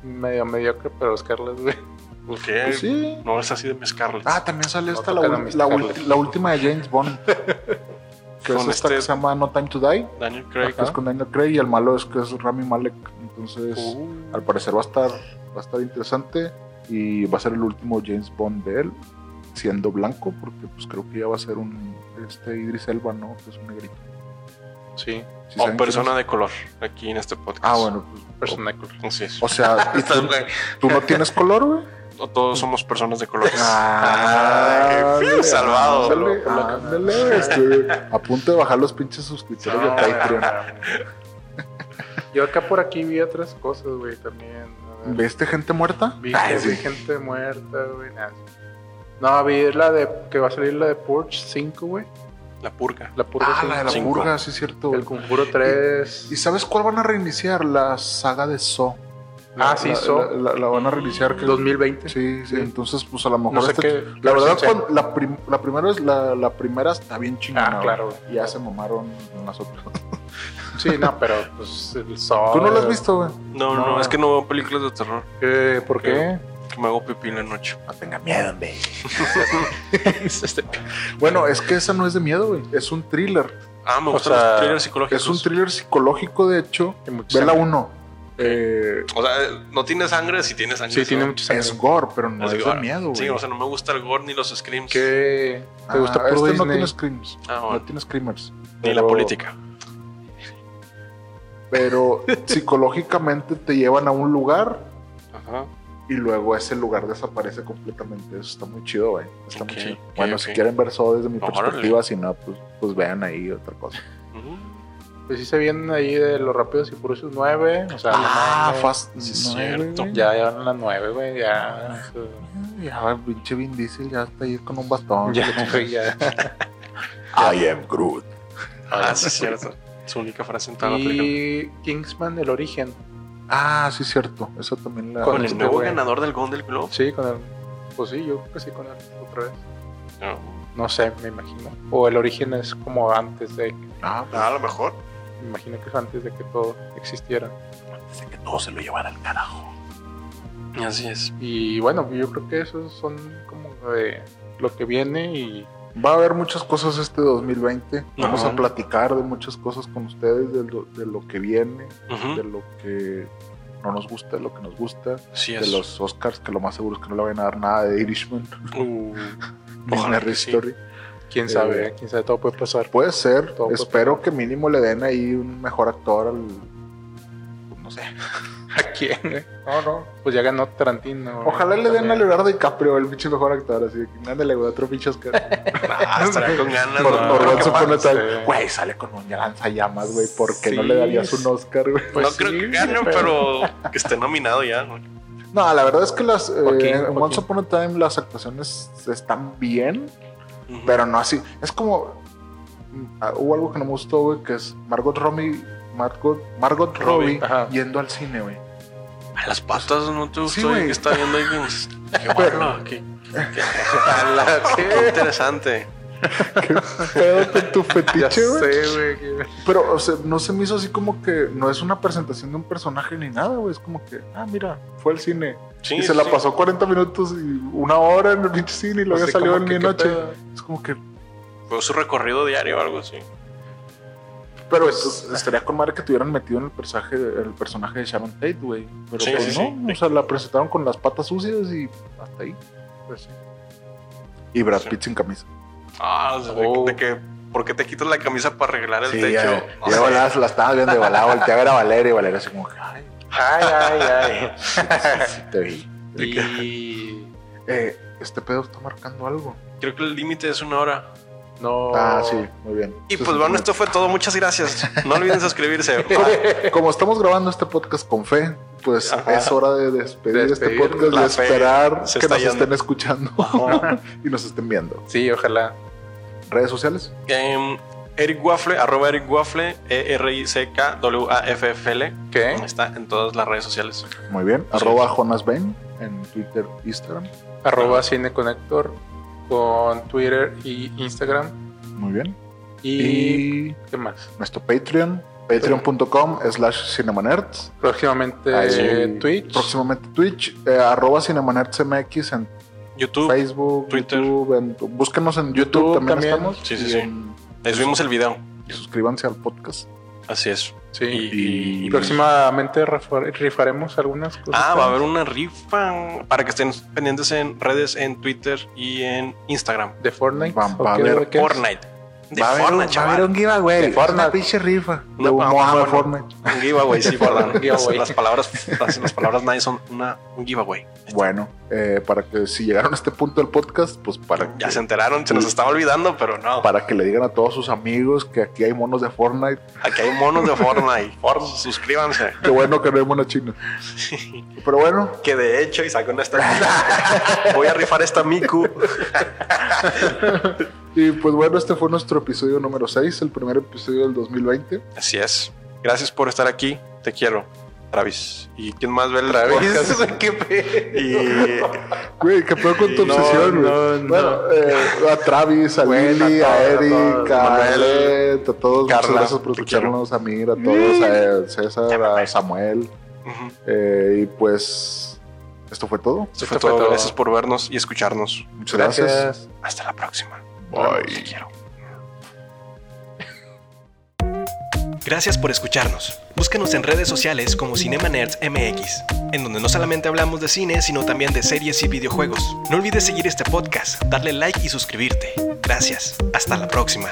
E: medio mediocre, pero Scarlett, güey.
B: Oh. Ok.
D: Pues sí.
B: No es así de mezclarlas.
D: Ah, también sale esta, la,
E: No tocan a
D: ul-
E: mis
D: la,
E: Scarlett.
D: ulti- la última de
B: <laughs>
D: James Bond. que es
B: Con
D: esta que
B: este-
D: se llama No Time to Die.
B: Daniel Craig.
D: que es con Daniel Craig y el malo es que es Rami Malek. Entonces,
B: Uh,
D: al parecer va a estar va a estar interesante y va a ser el último James Bond de él siendo blanco porque pues creo que ya va a ser un este Idris Elba, ¿no? Que es un negrito.
E: Sí,
D: ¿Sí
B: o
D: saben
B: persona
D: quién es?
B: de color aquí en este podcast.
D: Ah, bueno, pues
B: <laughs>
E: personaje.
B: Así es.
D: o
B: <laughs>
D: sea, ¿y tú, tú no tienes color, güey.
B: No todos somos personas de color.
D: Ah,
B: qué
D: ándale,
B: salvado.
D: ándale,
E: Ah,
D: ándale, este, a punto de bajar los pinches suscriptores
E: Ah.
D: de Patreon.
E: <laughs> Yo acá por aquí vi otras cosas, güey, también. A ver.
D: ¿Viste gente muerta?
E: Vi,
D: Ay,
E: vi
D: sí.
E: gente muerta, güey. nada. No, vi la de que va a salir la de Purge 5, güey.
B: La purga.
E: La Purge
D: Ah,
E: 5.
D: la de la
B: Cinco.
D: purga, sí es cierto.
E: El
D: güey.
E: Conjuro 3.
D: ¿Y sabes cuál van a reiniciar? La saga de So.
E: ah, sí, So.
D: La, la- la van a reiniciar. que-
E: 2020.
D: Sí, sí,
E: Sí.
D: entonces pues a lo mejor...
E: No sé
D: este-
E: qué.
D: La verdad,
E: versión
D: cuando- la, prim- la primera es la, la primera está bien
E: sea.
D: chingona.
E: Ah,
D: güey.
E: claro, Oh, güey.
D: Ya se mamaron las otras.
E: Sí, no, pero pues el So.
D: ¿Tú no lo has visto, güey?
B: No, no,
E: No.
B: es que no veo películas de terror.
E: ¿Qué? ¿Por qué?
B: Que me hago pipí en la noche.
D: No tenga miedo, hombre.
B: Este-
D: <laughs> Bueno, es que esa no es de miedo, güey. Es un thriller.
B: Ah, me
E: O
B: gustan
E: sea,
B: los thrillers psicológicos.
D: Es un thriller psicológico, de hecho.
E: Hay mucha
D: Vela
E: sangre.
D: uno. Eh,
B: O sea, no tiene sangre, si tiene sangre.
E: Sí, tiene
B: ¿no?
E: mucha sangre.
D: es gore, pero no es,
B: Es
D: de
B: gore.
D: miedo, güey.
B: Sí, o sea, no me gusta el gore ni los screams.
E: ¿Qué? ¿Te
D: Ah,
E: gusta puro
D: este no
E: Disney?
D: tiene screams.
B: Ah,
D: No
B: bueno.
D: tiene screamers.
B: Ni la
D: Pero-
B: política. <laughs>
D: Pero psicológicamente te llevan a un lugar
B: Ajá.
D: y luego ese lugar desaparece completamente. Eso está muy chido, güey. Está
B: Ok,
D: muy chido.
B: ok,
D: bueno,
B: ok.
D: si quieren ver eso desde mi
B: Órale.
D: perspectiva, si no, pues, pues vean ahí otra cosa.
B: Mm.
E: Pues sí se vienen ahí de los rápidos y furiosos 9. O sea, no,
D: Ah, Fast.
B: sí es
D: nueve,
B: cierto.
D: güey.
E: Ya, ya van las 9, güey. Ya.
D: Ya, pinche Vin Diesel ya está ahí con un bastón.
E: Ya, güey, ya.
D: I am Groot.
B: Ah,
D: <laughs>
B: sí, es cierto. Su única frase en toda la película.
E: Y Kingsman, el origen.
D: Ah, sí, cierto. Eso también la.
E: Con
B: Con el
E: este
B: nuevo
E: güey.
B: ganador del Golden Globe.
E: Sí, con el. Pues sí, yo creo que sí, con él otra vez.
B: No.
E: No sé, me imagino. O el origen es como antes de.
D: Ah,
B: Ah, a lo mejor.
E: Me imagino que es antes de que todo existiera.
D: Dice que todo se lo llevan al carajo.
B: Así es.
E: Y bueno, yo creo que esos son como de lo que viene y.
D: Va a haber muchas cosas este 2020. Vamos
B: Ajá.
D: a platicar de muchas cosas con ustedes, de lo, de lo que viene,
B: Ujú.
D: de lo que no nos gusta, de lo que nos gusta,
B: Así
D: de
B: es.
D: los Oscars, que lo más seguro es que no le van a dar nada de Irishman, <laughs>
B: Uh,
D: ni
B: Ojalá
D: Marriage
B: que sí.
D: Story.
E: Quién
D: Eh, pues,
E: sabe, ¿eh? quién sabe, todo puede pasar.
D: Puede ser,
E: Todo puede
D: espero que mínimo le den ahí un mejor actor al. pues, No sé.
E: <laughs> ¿A quién? eh? No, no. Pues ya ganó Tarantino. güey.
D: Ojalá le den a
E: También.
D: Leonardo DiCaprio el pinche mejor actor, así de que ándale, güey, otro pinche
E: <laughs>
D: Oscar.
B: ah, estaría con ganas.
D: Por,
B: ¿no?
D: por
B: Creo que
D: se
B: pa-
D: pone
E: sí.
D: tal. Güey, sale con un lanzallamas, güey, ¿por qué no
E: este. Sí.
D: le darías un Oscar, güey?
E: Pues
B: no
E: sí,
B: creo que gane, pero que esté nominado ya. ¿no?
D: No, la verdad es que las eh,
E: Joaquín,
D: en
E: Joaquín.
D: Once Upon a Time las actuaciones están bien,
B: Ujú.
D: pero no así. Es como mm, ah, hubo algo que no me gustó, güey, que es Margot Robbie, Margot, Margot
B: Robbie,
D: Robbie,
E: ajá.
D: yendo al cine, güey.
B: A las patas no te gustó
D: Sí,
B: y
D: güey.
B: que está viendo ahí.
D: <laughs>
B: pues, Qué bueno, qué,
E: ¿A
B: qué
E: qué?
B: interesante.
D: Qué pedo con <laughs> tu
E: Ya
D: fetiche, güey.
E: sé, güey.
D: Pero, o sea, no se me hizo así como que no es una presentación de un personaje ni nada, güey. Es como que, ah, mira, fue al cine.
B: Sí,
D: y se la
B: sí.
D: pasó 40 minutos y una hora en el pinche cine y luego
E: Así
D: ya salió
E: como
D: en
E: que,
D: mi
E: ¿qué
D: noche. <laughs>
E: pedo?
D: Es como que.
B: Fue su recorrido diario o algo así.
D: Pero pues, estaría con madre que tuvieran metido en el personaje, el personaje de Sharon Tate, güey. Pero
B: Sí,
D: pues
B: sí,
D: no,
B: sí.
D: o sea, la presentaron con las patas sucias y hasta ahí.
E: Pues sí.
D: Y Brad
B: Sí.
D: Pitt sin camisa.
B: Ah, o sea, de-
E: Oh.
B: de que, ¿por qué te quitas la camisa para arreglar el techo? No sé.
D: se la estaba viendo de balada, volteaba a ver a Valeria y Valeria así como que, ay,
E: Ay, ay,
D: <laughs> te vi.
E: ay. y.
D: Eh, este pedo está marcando algo.
B: Creo que el límite es una hora.
E: No.
D: Ah, sí, muy bien.
B: Oh, Y
D: Entonces,
B: pues bueno, esto fue todo. Muchas gracias. No olviden <laughs> suscribirse.
D: Como estamos grabando este podcast con fe, pues
B: Ajá.
D: es hora de despedir este
E: Despedir
D: podcast,
B: la
D: de
B: fe.
D: esperar
B: Se
D: que
B: está
D: nos
B: yendo.
D: estén escuchando <laughs> y nos estén viendo.
E: Sí, ojalá.
D: Redes sociales,
B: Em, Eric Waffle, arroba Eric Waffle,
F: E
B: E-R-I-C-K-W-A-F-F-L.
E: ¿Qué?
B: Está en todas las redes sociales.
D: muy bien. Arroba Jonas Bain en Twitter, Instagram.
E: arroba cineconector, con Twitter y Instagram.
D: Muy bien.
E: Y,
D: Y
E: ¿qué más?
D: nuestro Patreon, patreon.com slash cinemanerds.
E: Próximamente
D: Ahí,
E: eh, Twitch.
D: Próximamente Twitch, eh, arroba cinemanerdsmx en
F: YouTube.
D: Facebook,
F: Twitter.
D: YouTube, en- búsquenos en YouTube,
E: YouTube
D: también,
E: también.
D: estamos.
F: Sí, sí,
D: y
F: sí.
D: en-
F: Les subimos el video.
D: y suscríbanse al podcast.
F: Así es.
E: Sí.
F: Y-
E: Y próximamente refa- rifaremos algunas cosas.
F: Ah, va a haber una rifa para que estén pendientes en redes, en Twitter y en Instagram.
E: de Fortnite.
D: Va-
E: ¿o
D: va a
E: qué-
D: haber
E: qué es?
F: Fortnite. De
D: va a haber un-
F: Fortnite,
D: va a haber
F: chaval.
D: un giveaway.
E: De
D: es
E: Fortnite.
D: Una pinche rifa.
F: No,
D: de un
F: pa-
D: mono de
F: bueno.
D: Fortnite.
F: Un giveaway, sí,
B: <laughs>
F: perdón.
E: Un
F: Las,
E: giveaway.
F: las palabras, las, las palabras <laughs> nice son una, un giveaway.
D: Bueno, eh, para que si llegaron a este punto del podcast, pues para
F: Ya
D: que,
F: se enteraron, se nos estaba olvidando, pero no.
D: para que le digan a todos sus amigos que aquí hay monos de Fortnite.
F: Aquí hay monos de Fortnite. Por, suscríbanse.
D: Qué bueno que no hay monos chinos. Pero bueno,
F: Que de hecho, y sacó una estatua. Voy a rifar esta <laughs> Miku.
D: y pues bueno, este fue nuestro episodio número 6, el primer episodio del 2020.
F: Así es. Gracias por estar aquí. Te quiero, Travis. ¿Y quién más ve el
E: Travis,
F: podcast?
E: qué pedo.
F: Y
D: Güey, qué pedo con tu
E: No,
D: obsesión, güey.
E: no, no.
D: Bueno, eh, a Travis, a
E: Bueno,
D: Lili,
E: a
D: a,
E: todos, a
D: Eric,
E: todos.
D: a
F: Manuel,
D: Ed, a todos.
F: Carla,
D: muchas gracias por
F: te quiero.
D: escucharnos, a Mir, a todos,
E: Mm.
D: a César, a Samuel.
F: Ujú.
D: Eh, y pues, esto fue todo.
F: Eso
E: Esto
F: fue
E: fue
F: todo.
E: todo.
F: Gracias por vernos y escucharnos.
D: Muchas gracias.
E: Gracias.
F: <laughs> Hasta la próxima.
D: Bye.
F: Te quiero. Gracias por escucharnos. Búscanos en redes sociales como Cinema Nerds MX, en donde no solamente hablamos de cine, sino también de series y videojuegos. No olvides seguir este podcast, darle like y suscribirte. Gracias. Hasta la próxima.